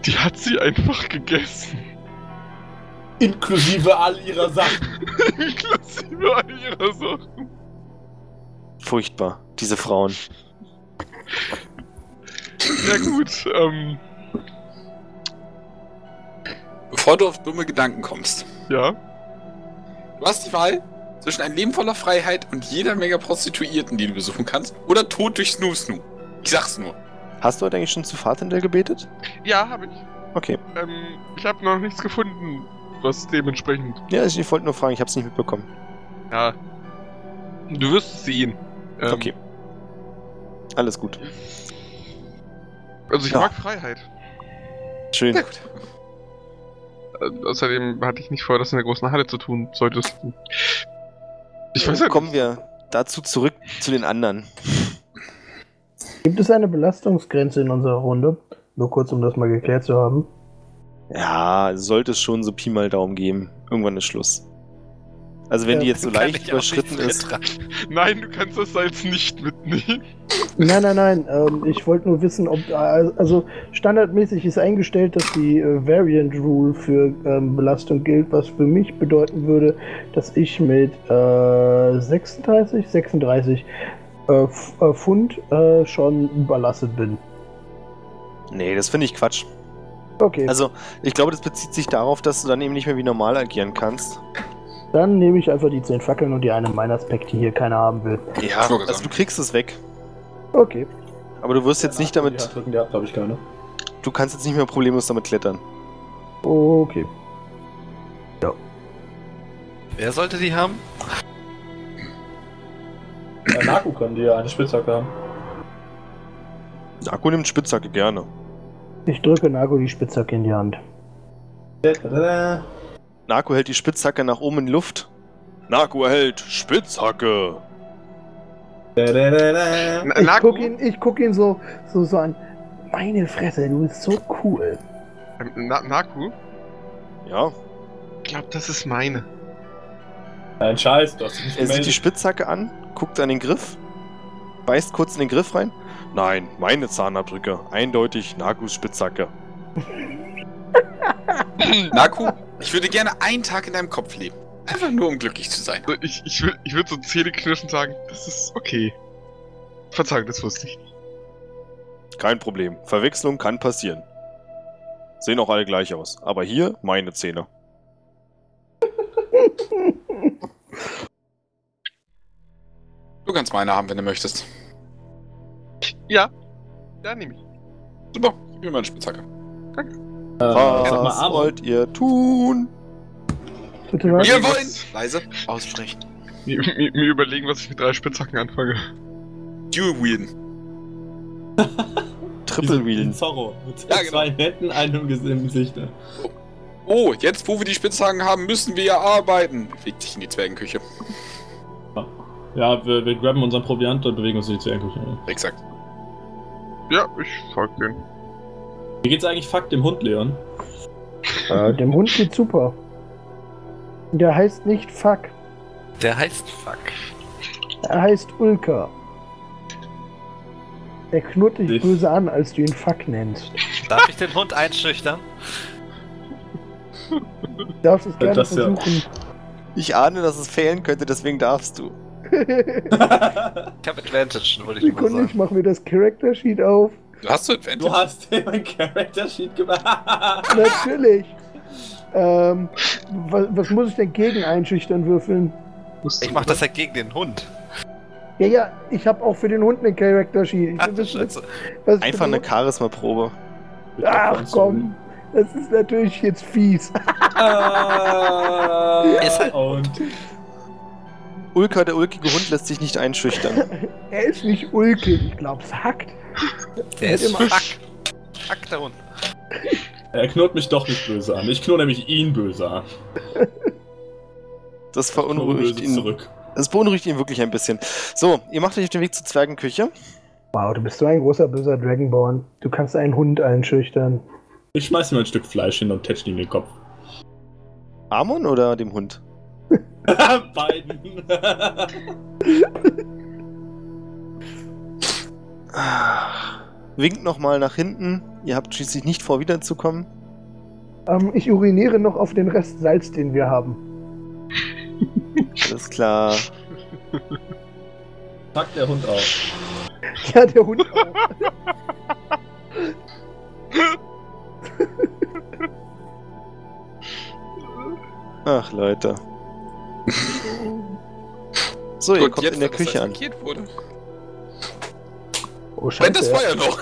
Die hat sie einfach gegessen. Inklusive all ihrer Sachen. Inklusive all ihrer Sachen. Furchtbar, diese Frauen. Ja gut, ähm, Bevor du auf dumme Gedanken kommst. ja. Du hast die Wahl zwischen einem Leben voller Freiheit und jeder Menge Prostituierten, die du besuchen kannst, oder Tod durch Snoo Snoo. Ich sag's nur. Hast du heute eigentlich schon zu Fatendell gebetet? Ja, habe ich. Okay. Ähm, ich habe noch nichts gefunden, was dementsprechend Ja, ich, ich wollte nur fragen, ich hab's nicht mitbekommen. Ja. Du wirst es sehen. Ähm, Okay. Alles gut. Also ich Ja. mag Freiheit. Schön. Na gut. Äh, außerdem hatte ich nicht vor, das in der großen Halle zu tun. Solltest du. Äh, Ich weiß ja nicht. Kommen wir dazu zurück zu den anderen. Gibt es eine Belastungsgrenze in unserer Runde? Nur kurz, um das mal geklärt zu haben. Ja, sollte es schon so Pi mal Daumen geben. Irgendwann ist Schluss. Also wenn Ja. die jetzt so Kann leicht ich auch nicht überschritten ist. vertragen. Nein, du kannst das Salz nicht mitnehmen. Nein, nein, nein. Ähm, ich wollte nur wissen, ob. äh, Also, standardmäßig ist eingestellt, dass die äh, Variant Rule für ähm, Belastung gilt, was für mich bedeuten würde, dass ich mit äh, 36, 36 äh, F- äh, Pfund äh, schon belastet bin. Nee, das finde ich Quatsch. Okay, Also ich glaube, das bezieht sich darauf, dass du dann eben nicht mehr wie normal agieren kannst. dann nehme ich einfach die 10 Fackeln und die eine Meinaspekt, die hier keiner haben will. Ja, Vorgesagt. also du kriegst es weg. Okay. Aber du wirst jetzt nicht Ja, damit, drücken, ja, glaube ich, keine. du kannst jetzt nicht mehr problemlos damit klettern. Okay. Wer sollte die haben? Äh, Naku können die ja eine Spitzhacke haben. Akku nimmt Spitzhacke gerne. Ich drücke Nago die Spitzhacke in die Hand. Narko hält die Spitzhacke nach oben in die Luft. Narko hält Spitzhacke. N- Äh, Ich Naku, guck ihn, ich guck ihn so, so, so an. Meine Fresse, du bist so cool. ähm, Na Naku, Ja, ich glaube, das ist meine. Nein, Scheiß, du hast dich nicht er sieht die gemeldet. Spitzhacke an, guckt an den Griff, beißt kurz in den Griff rein. Nein, meine Zahnabdrücke. Eindeutig Narkus Spitzhacke. Naku, ich würde gerne einen Tag in deinem Kopf leben. Einfach nur, um glücklich zu sein. Also ich, ich, will- ich würde so zähneknirschend sagen, das ist okay. Verzeihung, das wusste ich. Kein Problem. Verwechslung kann passieren. Sehen auch alle gleich aus. Aber hier meine Zähne. Du kannst meine haben, wenn du möchtest. Ja, nehme ich. Super, ich bin meine Spitzhacke. Äh, sag mal Armor. ihr tun? Bitte Ja. was? Wir was? wollen leise aussprechen. Mir, mir, mir überlegen, was ich mit drei Spitzhacken anfange. Dual Wielden. Triple Ein Wheelen. Zorro. Mit Ja, genau. zwei Händen, einem Ges- im Gesicht. ne? Oh, jetzt, wo wir die Spitzhacken haben, müssen wir ja arbeiten. Bewegt sich in die Zwergenküche. Ja, wir, wir grabben unseren Proviant und bewegen uns in die Zwergenküche. ne? Exakt. Ja, ich folge den. Wie geht's eigentlich fuck dem Hund, Leon? Äh, dem Hund geht's super. Der heißt nicht Fuck, Der heißt Fuck. er heißt Ulka. Er knurrt dich Ich- böse an, als du ihn Fuck nennst. Darf ich den Hund einschüchtern? Du darfst es gerne Äh, Das ja. versuchen. Ich ahne, dass es fehlen könnte, deswegen darfst du. Ich habe Advantage, wollte ich nur Sekunde, ich sagen. mach mir das Character Sheet auf. Hast du Advantage? du hast dir mein Character Sheet gemacht. Natürlich. Ähm, was, was muss ich denn gegen einschüchtern würfeln? Ich mach das ja gegen den Hund. Ja, ja, ich habe auch für den Hund einen Character Sheet. Ich Ach, will du wissen, Scheiße. was für Einfach ein eine Charisma-Probe. Hund- Ach komm, das ist natürlich jetzt fies. Ah, Ist halt- und Ulka, der ulkige Hund, lässt sich nicht einschüchtern. Er ist nicht ulkig, ich glaub's hackt. Der ist ist immer- Fuck. Fuck, der Hund. er knurrt mich doch nicht böse an. Ich knurr nämlich ihn böse an. Das Ich knurr verunruhigt böse ihn. zurück. Das beunruhigt ihn wirklich ein bisschen. So, ihr macht euch auf den Weg zur Zwergenküche. Wow, du bist so ein großer böser Dragonborn. Du kannst einen Hund einschüchtern. Ich schmeiß ihm ein Stück Fleisch hin und tätsch ihm den Kopf. Amon oder dem Hund? Beiden. Ah. Winkt nochmal nach hinten. Ihr habt schließlich nicht vor, wiederzukommen. Ähm, ich uriniere noch auf den Rest Salz, den wir haben. Alles klar. Packt der Hund auf. Ja, der Hund. auch. Ach, Leute. So, ihr kommt in der dass Küche das an. markiert Wurde. Oh, Brennt das scheiße. Feuer noch?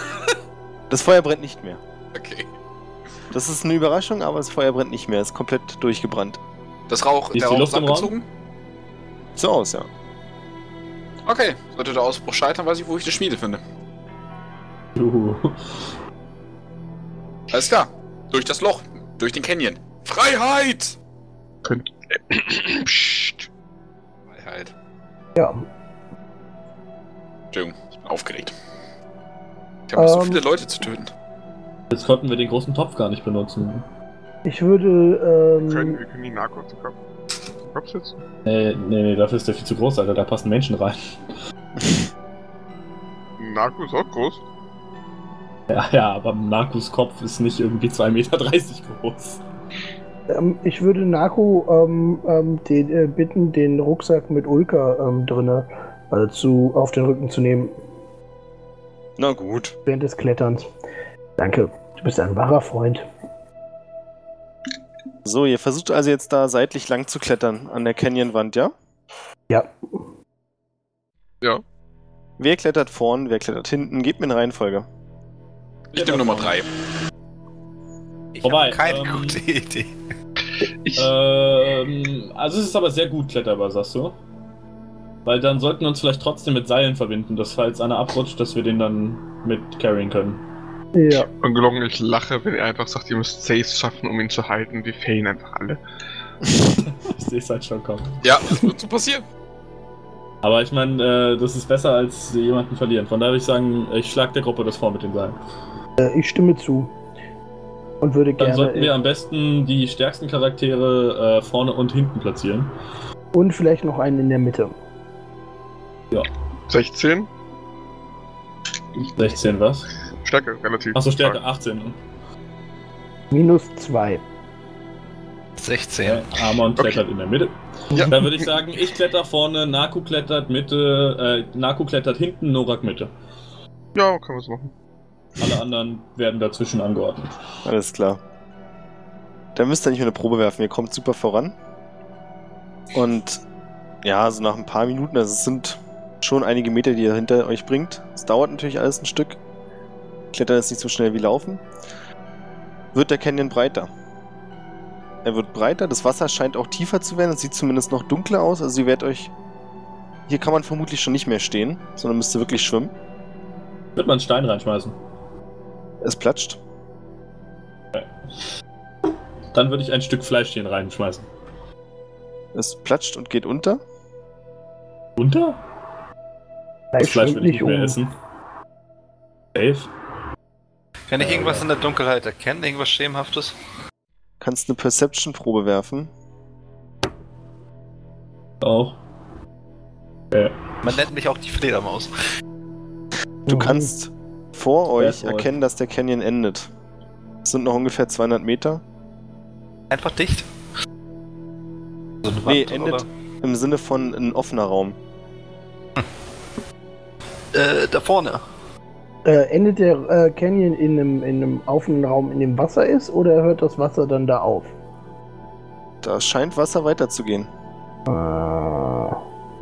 Das Feuer brennt nicht mehr. Okay. Das ist eine Überraschung, aber das Feuer brennt nicht mehr. Ist komplett durchgebrannt. Das Rauch, Wie ist der die Rauch Luft ist im Raum? abgezogen? So aus, ja. Okay. Sollte der Ausbruch scheitern, weiß ich, wo ich die Schmiede finde. Juhu. Alles klar. Durch das Loch. Durch den Canyon. Freiheit! Könnt. Psst. Freiheit. Ja. Entschuldigung, ich bin aufgeregt. Ich habe noch so Ähm. viele Leute zu töten. Jetzt konnten wir den großen Topf gar nicht benutzen. Ich würde. Ähm, Können, wir können die Narko zu Kopf, zu Kopf setzen. Nee, nee, nee, dafür ist der viel zu groß, Alter. Da passen Menschen rein. Narko ist auch groß. Ja, Ah ja, aber Narkus Kopf ist nicht irgendwie 2,30 Meter groß. Ähm, ich würde Nako ähm, ähm, den, äh, bitten, den Rucksack mit Ulka ähm, drinne äh, zu, auf den Rücken zu nehmen Na gut. während des Kletterns. Danke, du bist ein wahrer Freund. So, ihr versucht also jetzt da seitlich lang zu klettern an der Canyonwand, ja? Ja, Wer klettert vorn, wer klettert hinten? Gebt mir eine Reihenfolge. Ich nehme Nummer 3. Ich Wobei, hab keine ähm, gute Idee. Ähm, also es ist aber sehr gut kletterbar, sagst du? Weil dann sollten wir uns vielleicht trotzdem mit Seilen verbinden, dass falls einer abrutscht, dass wir den dann mit carrying können. ja. Ungelogen, ich lache, wenn er einfach sagt, ihr müsst Saves schaffen, um ihn zu halten. Wir fehlen einfach alle. Ich sehe es halt schon kommen. Ja, das wird so passieren. Aber ich meine, äh, das ist besser als jemanden verlieren. Von daher würde ich sagen, ich schlage der Gruppe das vor mit den Seilen. Äh, ich stimme zu. Und würde Dann gerne. sollten wir am besten die stärksten Charaktere äh, vorne und hinten platzieren. äh, und vielleicht noch einen in der Mitte. 16? 16 was? Stärke, relativ. Achso, Stärke ne? 18. Minus zwei. Ja, 16. Amon Okay. klettert in der Mitte. Ja. Dann würde ich sagen, ich kletter vorne, Naku klettert Mitte, äh, Naku klettert hinten, Norak Mitte. Ja, können wir es machen. Alle anderen werden dazwischen angeordnet. Alles klar. Da müsst ihr nicht mehr eine Probe werfen, ihr kommt super voran. Und ja, so nach ein paar Minuten, also es sind schon einige Meter, die ihr hinter euch bringt. Es dauert natürlich alles ein Stück. Klettern ist nicht so schnell wie laufen. Wird der Canyon breiter. Er wird breiter, das Wasser scheint auch tiefer zu werden, es sieht zumindest noch dunkler aus, also ihr werdet euch. Hier kann man vermutlich schon nicht mehr stehen, sondern müsst ihr wirklich schwimmen. Wird man einen Stein reinschmeißen. Es platscht. Dann würde ich ein Stück Fleisch hier reinschmeißen. Es platscht und geht unter. Unter? Vielleicht Das Fleisch schwimmt will nicht ich nicht um. mehr essen. Safe? Kann ich Ja, irgendwas ja. in der Dunkelheit erkennen? Irgendwas Schämenhaftes? Kannst eine Perception-Probe werfen. Auch. Man nennt mich auch die Fledermaus. Du Mhm. kannst vor euch Wertvoll. erkennen, dass der Canyon endet. Es sind noch ungefähr 200 Meter. Einfach dicht. So eine nee, Wand, endet im Sinne von ein offener Raum. Oder? Äh, da vorne. Äh, endet der äh, Canyon in einem, in einem offenen Raum, in dem Wasser ist, oder hört das Wasser dann da auf? Da scheint Wasser weiterzugehen. Äh,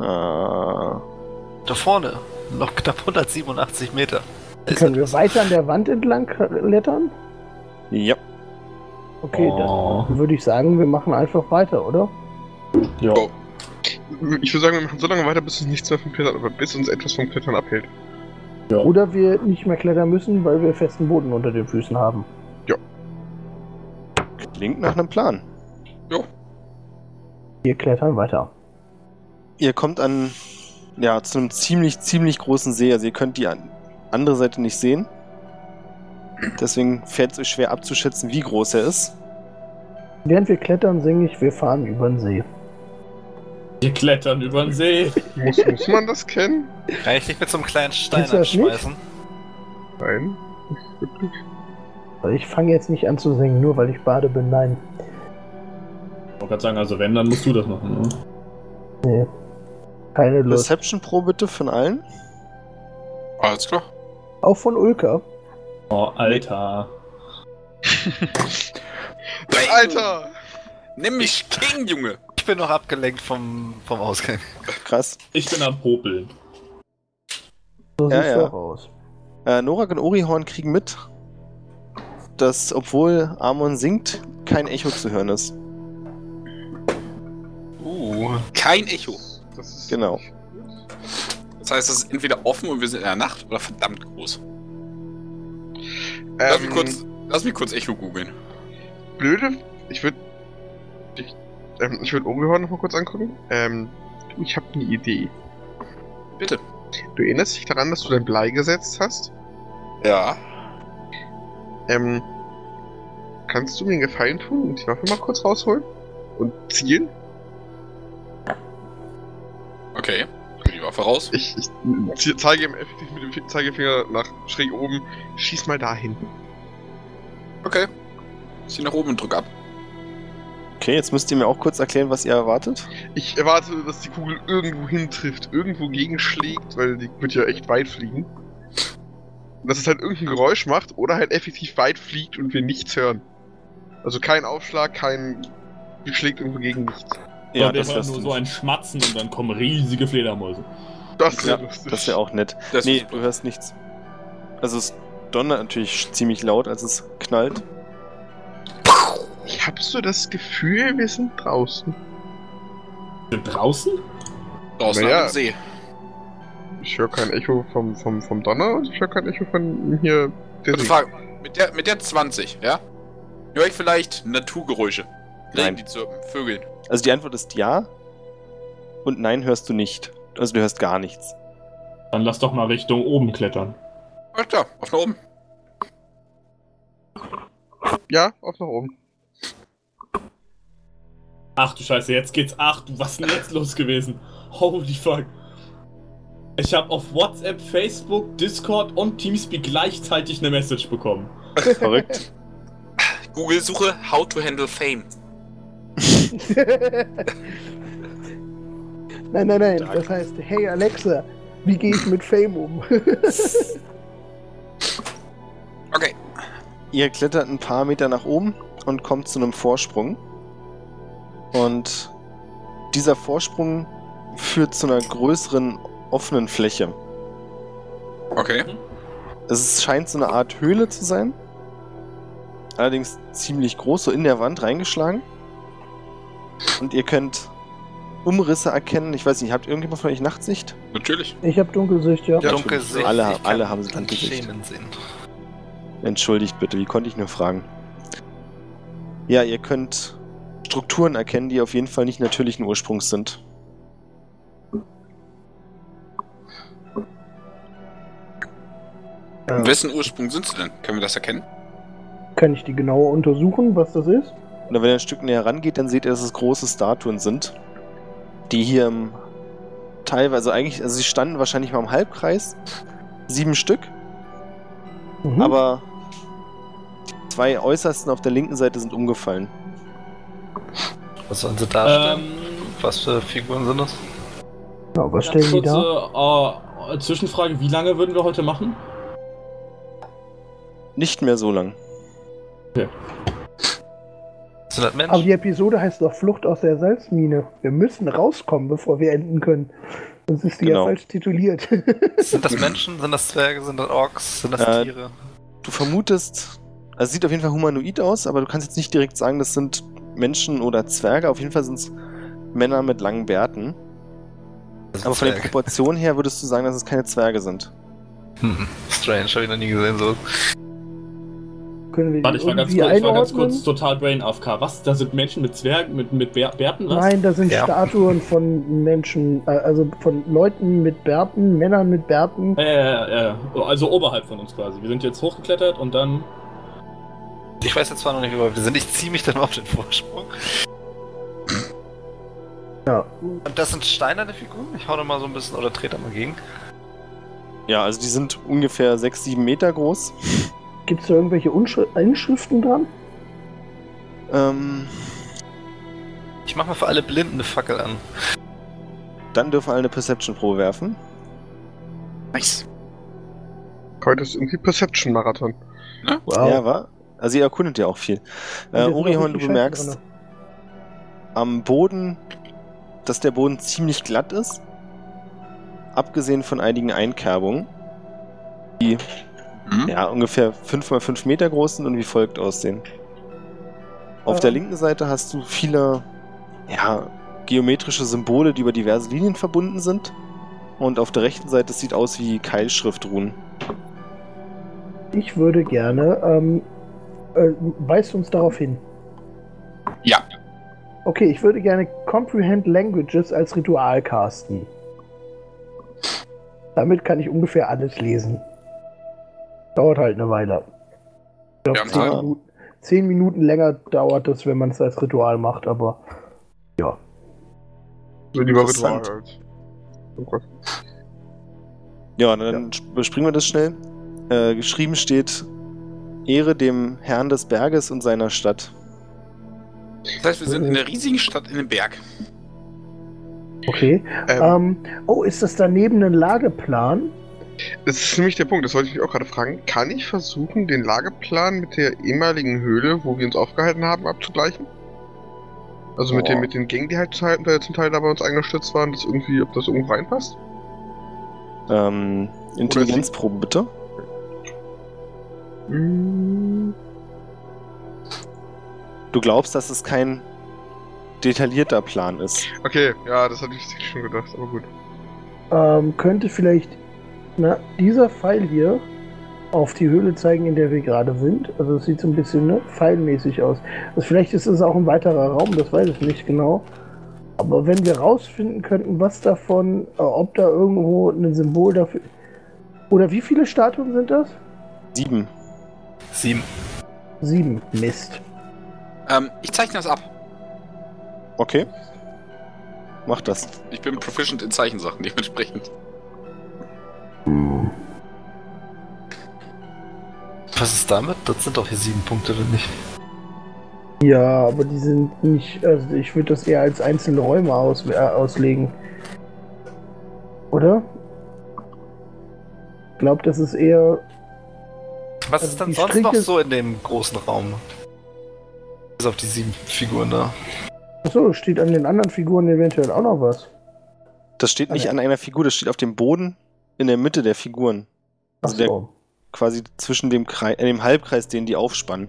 Ah. Ah. Da vorne. Noch knapp 187 Meter. Ist Können wir weiter an der Wand entlang klettern? Ja, Okay, Oh. dann würde ich sagen, wir machen einfach weiter, oder? Ja. Oh. Ich würde sagen, wir machen so lange weiter, bis uns nichts mehr vom Klettern, aber bis uns etwas vom Klettern abhält. Oder wir nicht mehr klettern müssen, weil wir festen Boden unter den Füßen haben. klingt nach einem Plan. Wir klettern weiter. Ihr kommt an, ja, zu einem ziemlich, ziemlich großen See. Also ihr könnt die an- andere Seite nicht sehen. Deswegen fällt es euch schwer abzuschätzen, wie groß er ist. Während wir klettern, singe ich, wir fahren über den See. Wir klettern über den See. Muss, muss man das kennen? Kann ich dich mit so einem kleinen Stein Willst du das nicht? anschmeißen? Nein. Also Ich fange jetzt nicht an zu singen, nur weil ich Bade bin. Nein. Ich wollte gerade sagen, also wenn, dann musst du das machen. Ne? Keine Lust. Perception-Pro bitte von allen. Alles klar. Auch von Ulka. Oh, Alter. Alter! Nimm mich King, Junge! Ich bin noch abgelenkt vom, vom Ausgang. Krass. Ich bin am Popeln. So Ja, siehst du ja. auch aus. Äh, Norak und Orihorn kriegen mit, dass, obwohl Amon singt, kein Echo zu hören ist. Uh. Kein Echo. Das ist Genau. Das heißt, es ist entweder offen und wir sind in der Nacht oder verdammt groß. Lass mich Ähm, kurz, lass mich kurz Echo googeln. blöde. Ich würde. Ich, ähm, ich würde Obi-Wan noch mal kurz angucken. Ähm, du, ich habe eine Idee. Bitte. Du erinnerst dich daran, dass du dein Blei gesetzt hast? Ja. Ähm, kannst du mir einen Gefallen tun und die Waffe mal kurz rausholen? Und zielen? Okay. Nimm die Waffe raus. Ich, ich zie- zeige ihm effektiv mit dem Fi- Zeigefinger nach schräg oben. Schieß mal dahin. Okay. Zieh nach oben und drück ab. Okay, jetzt müsst ihr mir auch kurz erklären, was ihr erwartet. Ich erwarte, dass die Kugel irgendwo hintrifft, irgendwo gegenschlägt, weil die wird ja echt weit fliegen. Und dass es halt irgendein Geräusch macht oder halt effektiv weit fliegt und wir nichts hören. Also kein Aufschlag, kein. Die schlägt irgendwo gegen nichts. und wir hören nur so ein Schmatzen und dann kommen riesige Fledermäuse. Das wäre Ja, lustig. Das wäre auch nett. Das nee, ist- du hörst nichts. Also es donnert natürlich ziemlich laut, als es knallt. Ich hab so das Gefühl, wir sind draußen. Sind draußen? draußen naja. am See. Ich höre kein Echo vom, vom, vom Donner und ich höre kein Echo von hier. Der Gute Frage. Mit der, mit der 20, ja? Hör ich vielleicht Naturgeräusche? Nein. Regen, die Zirpen, Vögel. Also die Antwort ist ja und nein hörst du nicht. Also du hörst gar nichts. Dann lass doch mal Richtung oben klettern. Ach da, auf nach oben. Ja, auf nach oben. Ach du Scheiße, jetzt geht's. Ach du, was ist denn jetzt los gewesen? Holy fuck. Ich habe auf WhatsApp, Facebook, Discord und Teamspeak gleichzeitig eine Message bekommen. Verrückt. Google-Suche How to Handle Fame. nein, nein, nein. Das heißt, hey Alexa, wie gehe ich mit Fame um? Okay. Ihr klettert ein paar Meter nach oben und kommt zu einem Vorsprung. Und dieser Vorsprung führt zu einer größeren offenen Fläche. Okay. Es ist- scheint so eine Art Höhle zu sein. Allerdings ziemlich groß, so in der Wand reingeschlagen. Und ihr könnt Umrisse erkennen. Ich weiß nicht, habt irgendjemand von euch Nachtsicht? Natürlich. ich habe Dunkelsicht, ja. Ja. Dunkel natürlich. sehen. Alle- Ich kann alle haben sie dann dunkel sehen. Schemen sehen. Entschuldigt bitte, wie konnte ich nur fragen? Ja, ihr könnt Strukturen erkennen, die auf jeden Fall nicht natürlichen Ursprungs sind. Wessen Ursprung sind sie denn? Können wir das erkennen? Kann ich die genauer untersuchen, was das ist? Und wenn ihr ein Stück näher rangeht, dann seht ihr, dass es große Statuen sind, die hier im teilweise eigentlich, also sie standen wahrscheinlich mal im Halbkreis, sieben Stück, Mhm. aber die zwei äußersten auf der linken Seite sind umgefallen. Was sollen sie darstellen? Ähm, Was für Figuren sind das? ja, was ganz stellen die da? kurze äh, Zwischenfrage, wie lange würden wir heute machen? Nicht mehr so lang. Sind das Menschen? Aber die Episode heißt doch Flucht aus der Salzmine. Wir müssen rauskommen, bevor wir enden können. Sonst ist die Genau. ja falsch tituliert. Sind das Menschen? Sind das Zwerge? Sind das Orks? Sind das Äh, Tiere? Du vermutest, also es sieht auf jeden Fall humanoid aus, aber du kannst jetzt nicht direkt sagen, das sind Menschen oder Zwerge. Auf jeden Fall sind es Männer mit langen Bärten. Das Aber von den Zwerge. Proportionen her würdest du sagen, dass es keine Zwerge sind. Hm, Strange, habe ich noch nie gesehen. So. Können wir die Warte, ich war ganz irgendwie kurz, ich war ganz einordnen? kurz total brain AFK. Was? Da sind Menschen mit Zwergen, mit, mit Bär, Bärten? Was? Nein, das sind Ja. Statuen von Menschen, äh, also von Leuten mit Bärten, Männern mit Bärten. Ja, ja, ja, ja. Also oberhalb von uns quasi. Wir sind jetzt hochgeklettert und dann. Ich weiß jetzt zwar noch nicht, wo wir sind. Ich ziehe mich dann auf den Vorsprung. Ja. Und das sind steinerne Figuren? Ich hau da mal so ein bisschen oder trete da mal gegen. Ja, also die sind ungefähr 6, 7 Meter groß. Gibt es da irgendwelche Unsch Inschriften Äh, dran? Ähm, Ich mach mal für alle Blinden eine Fackel an. dann dürfen alle eine Perception-Pro werfen. Nice. Heute ist irgendwie Perception-Marathon. Wow. Ja, war. Also ihr erkundet ja auch viel. Äh, Hier sind auch Orihorn, richtig du Scheiße bemerkst, drinne. am Boden, dass der Boden ziemlich glatt ist. Abgesehen von einigen Einkerbungen, Mhm. ja, ungefähr 5x5 Meter groß sind und wie folgt aussehen. Auf Ja. der linken Seite hast du viele, ja, geometrische Symbole, die über diverse Linien verbunden sind. Und auf der rechten Seite es sieht aus wie Keilschriftruhen. Ich würde gerne, ähm, äh, weist uns darauf hin. Ja. Okay, ich würde gerne Comprehend Languages als Ritual casten. Damit kann ich ungefähr alles lesen. Dauert halt eine Weile. Ich Ja, zehn zehn, Tag. Minuten, zehn Minuten länger dauert das, wenn man es als Ritual macht, aber So lieber Interessant. Ritual als. Oh Gott. Ja, dann besprechen wir das schnell. Äh, geschrieben steht: Ehre dem Herrn des Berges und seiner Stadt. Das heißt, wir sind in einer riesigen Stadt in einem Berg. okay. Ähm, Ähm, oh, ist das daneben ein Lageplan? Das ist nämlich der Punkt, das wollte ich mich auch gerade fragen. Kann ich versuchen, den Lageplan mit der ehemaligen Höhle, wo wir uns aufgehalten haben, abzugleichen? Also mit, Boah. den, mit den Gängen, die halt zum Teil- da zum Teil da bei uns eingestürzt waren, das irgendwie, ob das irgendwo reinpasst? Ähm, Intelligenzprobe bitte. Hm. Du glaubst, dass es kein detaillierter Plan ist. Okay, ja, das hatte ich sich schon gedacht, aber gut. Ähm, könnte vielleicht na, dieser Pfeil hier auf die Höhle zeigen, in der wir gerade sind. Also es sieht so ein bisschen ne, pfeilmäßig aus. Also vielleicht ist es auch ein weiterer Raum, das weiß ich nicht genau. Aber wenn wir rausfinden könnten, was davon, äh, ob da irgendwo ein Symbol dafür. Oder wie viele Statuen sind das? Sieben. Sieben. Sieben. Mist. Ähm, ich zeichne das ab. Okay. Mach das. Ich bin proficient in Zeichensachen dementsprechend. Was ist damit? Das sind doch hier sieben Punkte, oder nicht? Ja, aber die sind nicht. Also ich würde das eher als einzelne Räume aus, äh, auslegen. Oder? Ich glaube, das ist eher. Was Also ist denn die sonst Striche- noch so in dem großen Raum? Bis auf die sieben Figuren da. Achso, steht an den anderen Figuren eventuell auch noch was. Das steht nicht Okay. an einer Figur, das steht auf dem Boden in der Mitte der Figuren. Also der, Achso. quasi zwischen dem, Kreis, äh, dem Halbkreis, den die aufspannen.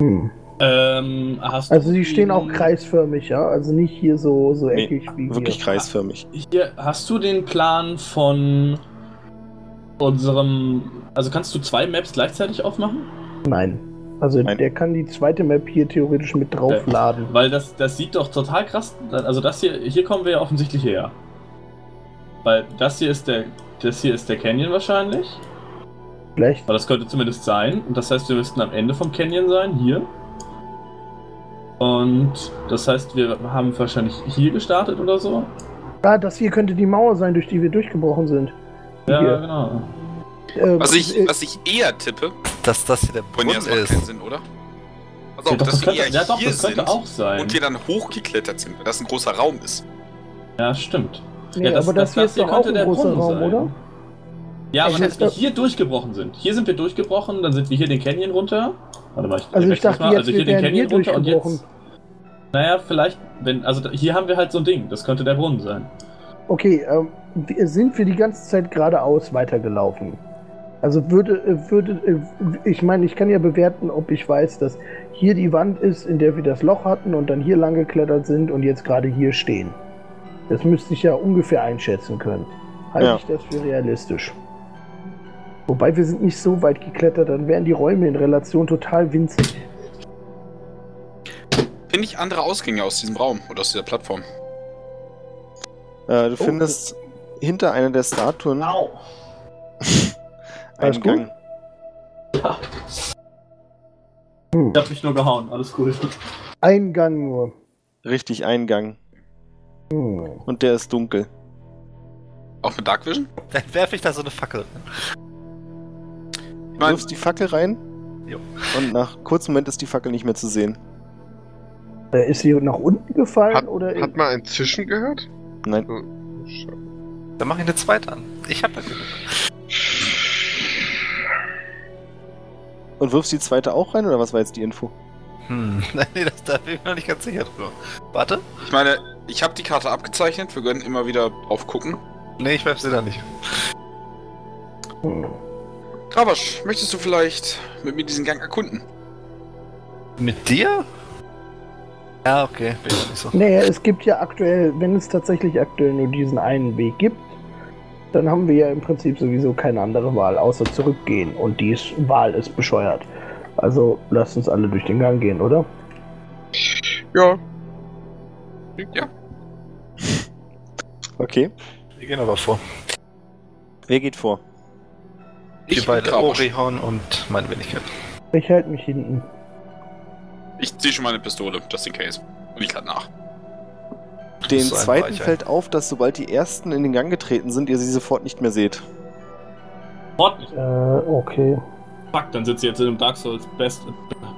Hm. Ähm, hast Also du die stehen auch den- kreisförmig, ja? Also nicht hier so, so Nee, eckig wie Wirklich hier. kreisförmig. Hier, hast du den Plan von unserem. Also kannst du zwei Maps gleichzeitig aufmachen? Nein. Also Nein. der kann die zweite Map hier theoretisch mit draufladen. Weil das, das sieht doch total krass. Also das hier, hier kommen wir ja offensichtlich her. Weil das hier ist der. Das hier ist der Canyon wahrscheinlich. Vielleicht. Aber das könnte zumindest sein. Und das heißt, wir müssten am Ende vom Canyon sein, hier. Und das heißt, wir haben wahrscheinlich hier gestartet oder so. Ah, das hier könnte die Mauer sein, durch die wir durchgebrochen sind. Ja, Hier. genau. Ähm, Was ich, äh, was ich eher tippe, Dass das hier der Bonnie, Brunnen das macht keinen ist. Sinn, oder? Pass Ja, auf, doch, das dass wir könnte, eher ja, doch, hier das könnte sind auch sein. und wir dann hochgeklettert sind, weil das ein großer Raum ist. Ja, stimmt. nee, aber das, hier ist doch auch ein großer Raum, oder? Ja, aber Ich dass hätte- wir hier durchgebrochen sind. Hier sind wir durchgebrochen, dann sind wir hier den Canyon runter. Warte mal, ich Also ich wechsel's dachte, jetzt wir wären hier und durchgebrochen. jetzt. Naja, vielleicht, wenn, also da- hier haben wir halt so ein Ding, das könnte der Brunnen sein. Okay, ähm, wir- sind wir die ganze Zeit geradeaus weitergelaufen? Also würde, äh, würde, äh, ich meine, ich kann ja bewerten, ob ich weiß, dass hier die Wand ist, in der wir das Loch hatten und dann hier lang geklettert sind und jetzt gerade hier stehen. Das müsste ich ja ungefähr einschätzen können. Halte Ja. ich das für realistisch? Wobei wir sind nicht so weit geklettert, dann wären die Räume in Relation total winzig. Finde ich andere Ausgänge aus diesem Raum oder aus dieser Plattform. Äh, du findest hinter einer der Statuen Au! einen alles gut? Gang. Hm. Ich hab mich nur gehauen, alles cool. Ein Gang Hm, nur. Richtig, einen Gang. Hm. Und der ist dunkel. Auch mit Dark Vision? Dann werfe ich da so eine Fackel. Du Nein. wirfst die Fackel rein. Jo. Und nach kurzem Moment ist die Fackel nicht mehr zu sehen. Äh, Ist sie nach unten gefallen oder? Hat man ein Zischen gehört? Äh, Nein. Scheiße. Dann mache ich eine zweite an. Ich hab das. Und wirfst die zweite auch rein oder was war jetzt die Info? Hm. nee, das, da bin ich mir noch nicht ganz sicher drüber. Warte. Ich meine, ich habe die Karte abgezeichnet, wir können immer wieder drauf gucken. Nee, ich werfe sie da nicht. Hm. Kravasch, möchtest du vielleicht mit mir diesen Gang erkunden? Mit dir? Ja, okay. Bin ich nicht so. Naja, es gibt ja aktuell, wenn es tatsächlich aktuell nur diesen einen Weg gibt, dann haben wir ja im Prinzip sowieso keine andere Wahl, außer zurückgehen. Und die ist- Wahl ist bescheuert. Also lasst uns alle durch den Gang gehen, oder? Ja. Okay. Wir gehen aber vor. Wer geht vor? Wir und beide, Kravasch. Orihorn und meine Wenigkeit. Ich halte mich hinten. Ich ziehe schon meine Pistole, just in case. Und ich lade nach. Den ist so ein zweiten Weichei. fällt auf, dass sobald die ersten in den Gang getreten sind, ihr sie sofort nicht mehr seht. Mord nicht. Äh, okay. Fuck, dann sitzt ihr jetzt in einem Dark Souls Best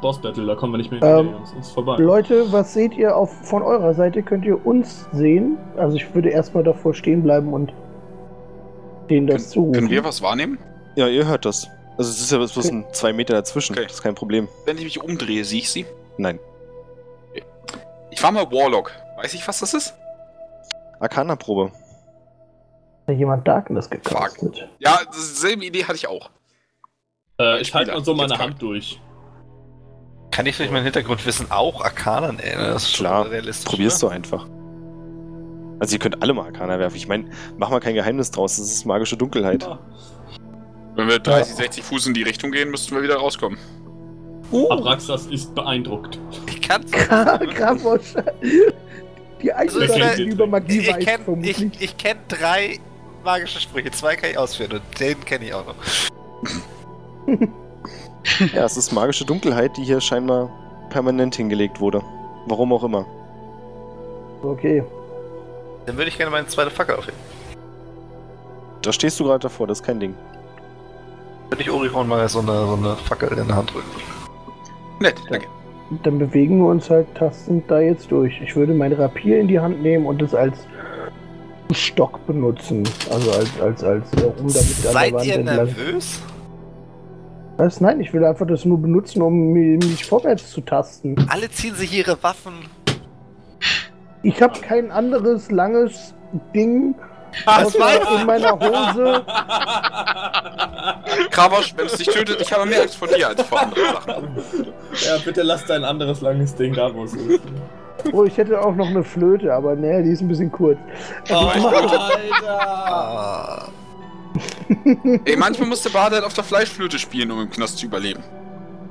Boss Battle, da kommen wir nicht mehr Ähm, hin, Jungs. Ist vorbei. Leute, was seht ihr auf, von eurer Seite? Könnt ihr uns sehen? Also ich würde erstmal davor stehen bleiben und denen das zurufen. Können wir was wahrnehmen? Ja, ihr hört das. Also es ist ja bloß ein zwei Meter dazwischen. Okay. Das ist kein Problem. Wenn ich mich umdrehe, sehe ich sie? Nein. Ich war mal Warlock. Weiß ich, was das ist? Arcana-Probe. Hat jemand Darkness gekastet? Ja, dieselbe Idee hatte ich auch. Äh, ich halte Spieler, mal so meine jetzt Hand durch. Kann ich durch mein Hintergrundwissen auch Arkanern erinnern? Das ist schon Klar. realistisch. Probierst du einfach. Also ihr könnt alle mal Arcana werfen. Ich meine, mach mal kein Geheimnis draus. Das ist magische Dunkelheit. Ah, Wenn wir 30, 60 Fuß in die Richtung gehen, müssten wir wieder rauskommen. Oh. Abraxas ist beeindruckt. Ich kann's. Kravosch. Die Also, eigene ich- Seite, die über Magie Ich, weiß, kenn, vermutlich. ich, ich kenn drei magische Sprüche. Zwei kann ich ausführen und den kenne ich auch noch. Ja, es ist magische Dunkelheit, die hier scheinbar permanent hingelegt wurde. Warum auch immer. Okay. Dann würde ich gerne meine zweite Fackel aufheben. Da stehst du gerade davor, das ist kein Ding. Würde ich Orihorn mal so eine, so eine Fackel in der Hand drücken. Nett, danke. Dann bewegen wir uns halt tastend da jetzt durch. Ich würde mein Rapier in die Hand nehmen und es als Stock benutzen. Also als, als, als, äh, um damit an der Seid Wand ihr entlang. nervös? Was? Nein, ich will einfach das nur benutzen, um mi- mich vorwärts zu tasten. Alle ziehen sich ihre Waffen. Ich habe kein anderes langes Ding Ah, Das außer in meiner Hose. Kravasch, wenn es dich tötet, ich habe mehr Angst vor dir als vor anderen Sachen. ja, bitte lass dein anderes langes Ding da, wo es ist. Oh, ich hätte auch noch eine Flöte, aber naja, die ist ein bisschen kurz. Oh, Oh. Alter! Ah, Ey, manchmal musste Badet auf der Fleischflöte spielen, um im Knast zu überleben.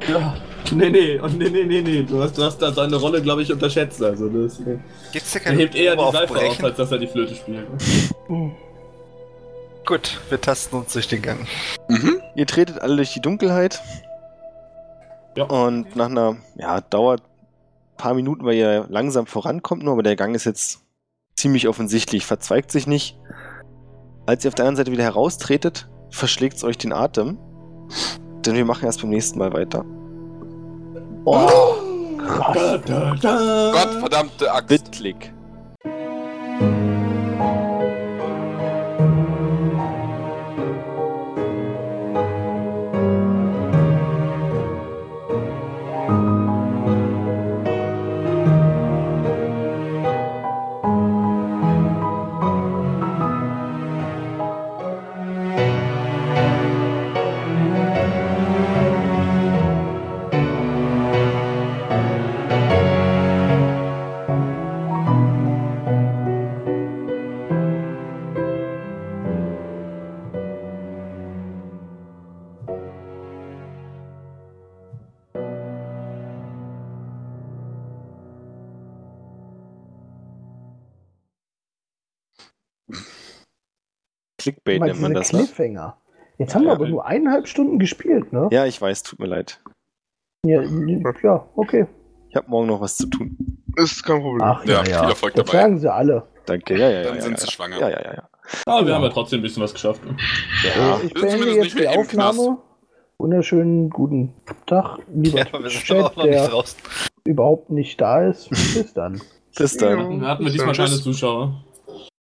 Ja. Nee, nee, und nee, nee, nee, nee. Du hast, du hast da seine Rolle, glaube ich, unterschätzt. Also das, er gibt's hier keine hebt eher die Probe Seife auf, aufbrechen? als dass er die Flöte spielt. Hm, halt. Gut, wir tasten uns durch den Gang. Mhm. Ihr tretet alle durch die Dunkelheit. Ja. Und nach einer, ja, dauert ein paar Minuten, weil ihr langsam vorankommt, nur aber der Gang ist jetzt ziemlich offensichtlich, verzweigt sich nicht. Als ihr auf der anderen Seite wieder heraustretet, verschlägt es euch den Atem. Denn wir machen erst beim nächsten Mal weiter. Oh, Da, krass. da, Äh, da. Gottverdammte Axt. Bitlick. Clickbait Mal nennt man diese das, ne? Cliffhanger. Jetzt haben wir Ja. aber nur eineinhalb Stunden gespielt, ne? Ja, ich weiß, tut mir leid. Ja, ja okay. Ich habe morgen noch was zu tun. Ist kein Problem. Ach Ja, ja, viel ja. Erfolg Das dabei. sagen sie alle. Danke, ja, ja, ja. Dann ja, sind ja, sie ja. schwanger. Ja, ja, ja, ja. Aber wir haben ja trotzdem ein bisschen was geschafft. ja. Also Ich Wir sind beende zumindest jetzt nicht die mit jedem Knast. Aufnahme. Wunderschönen guten Tag, lieber Ja, ja, aber wir sind auch noch nicht der draußen. überhaupt nicht da ist. Bis dann. Bis dann. Da hatten wir diesmal keine Zuschauer.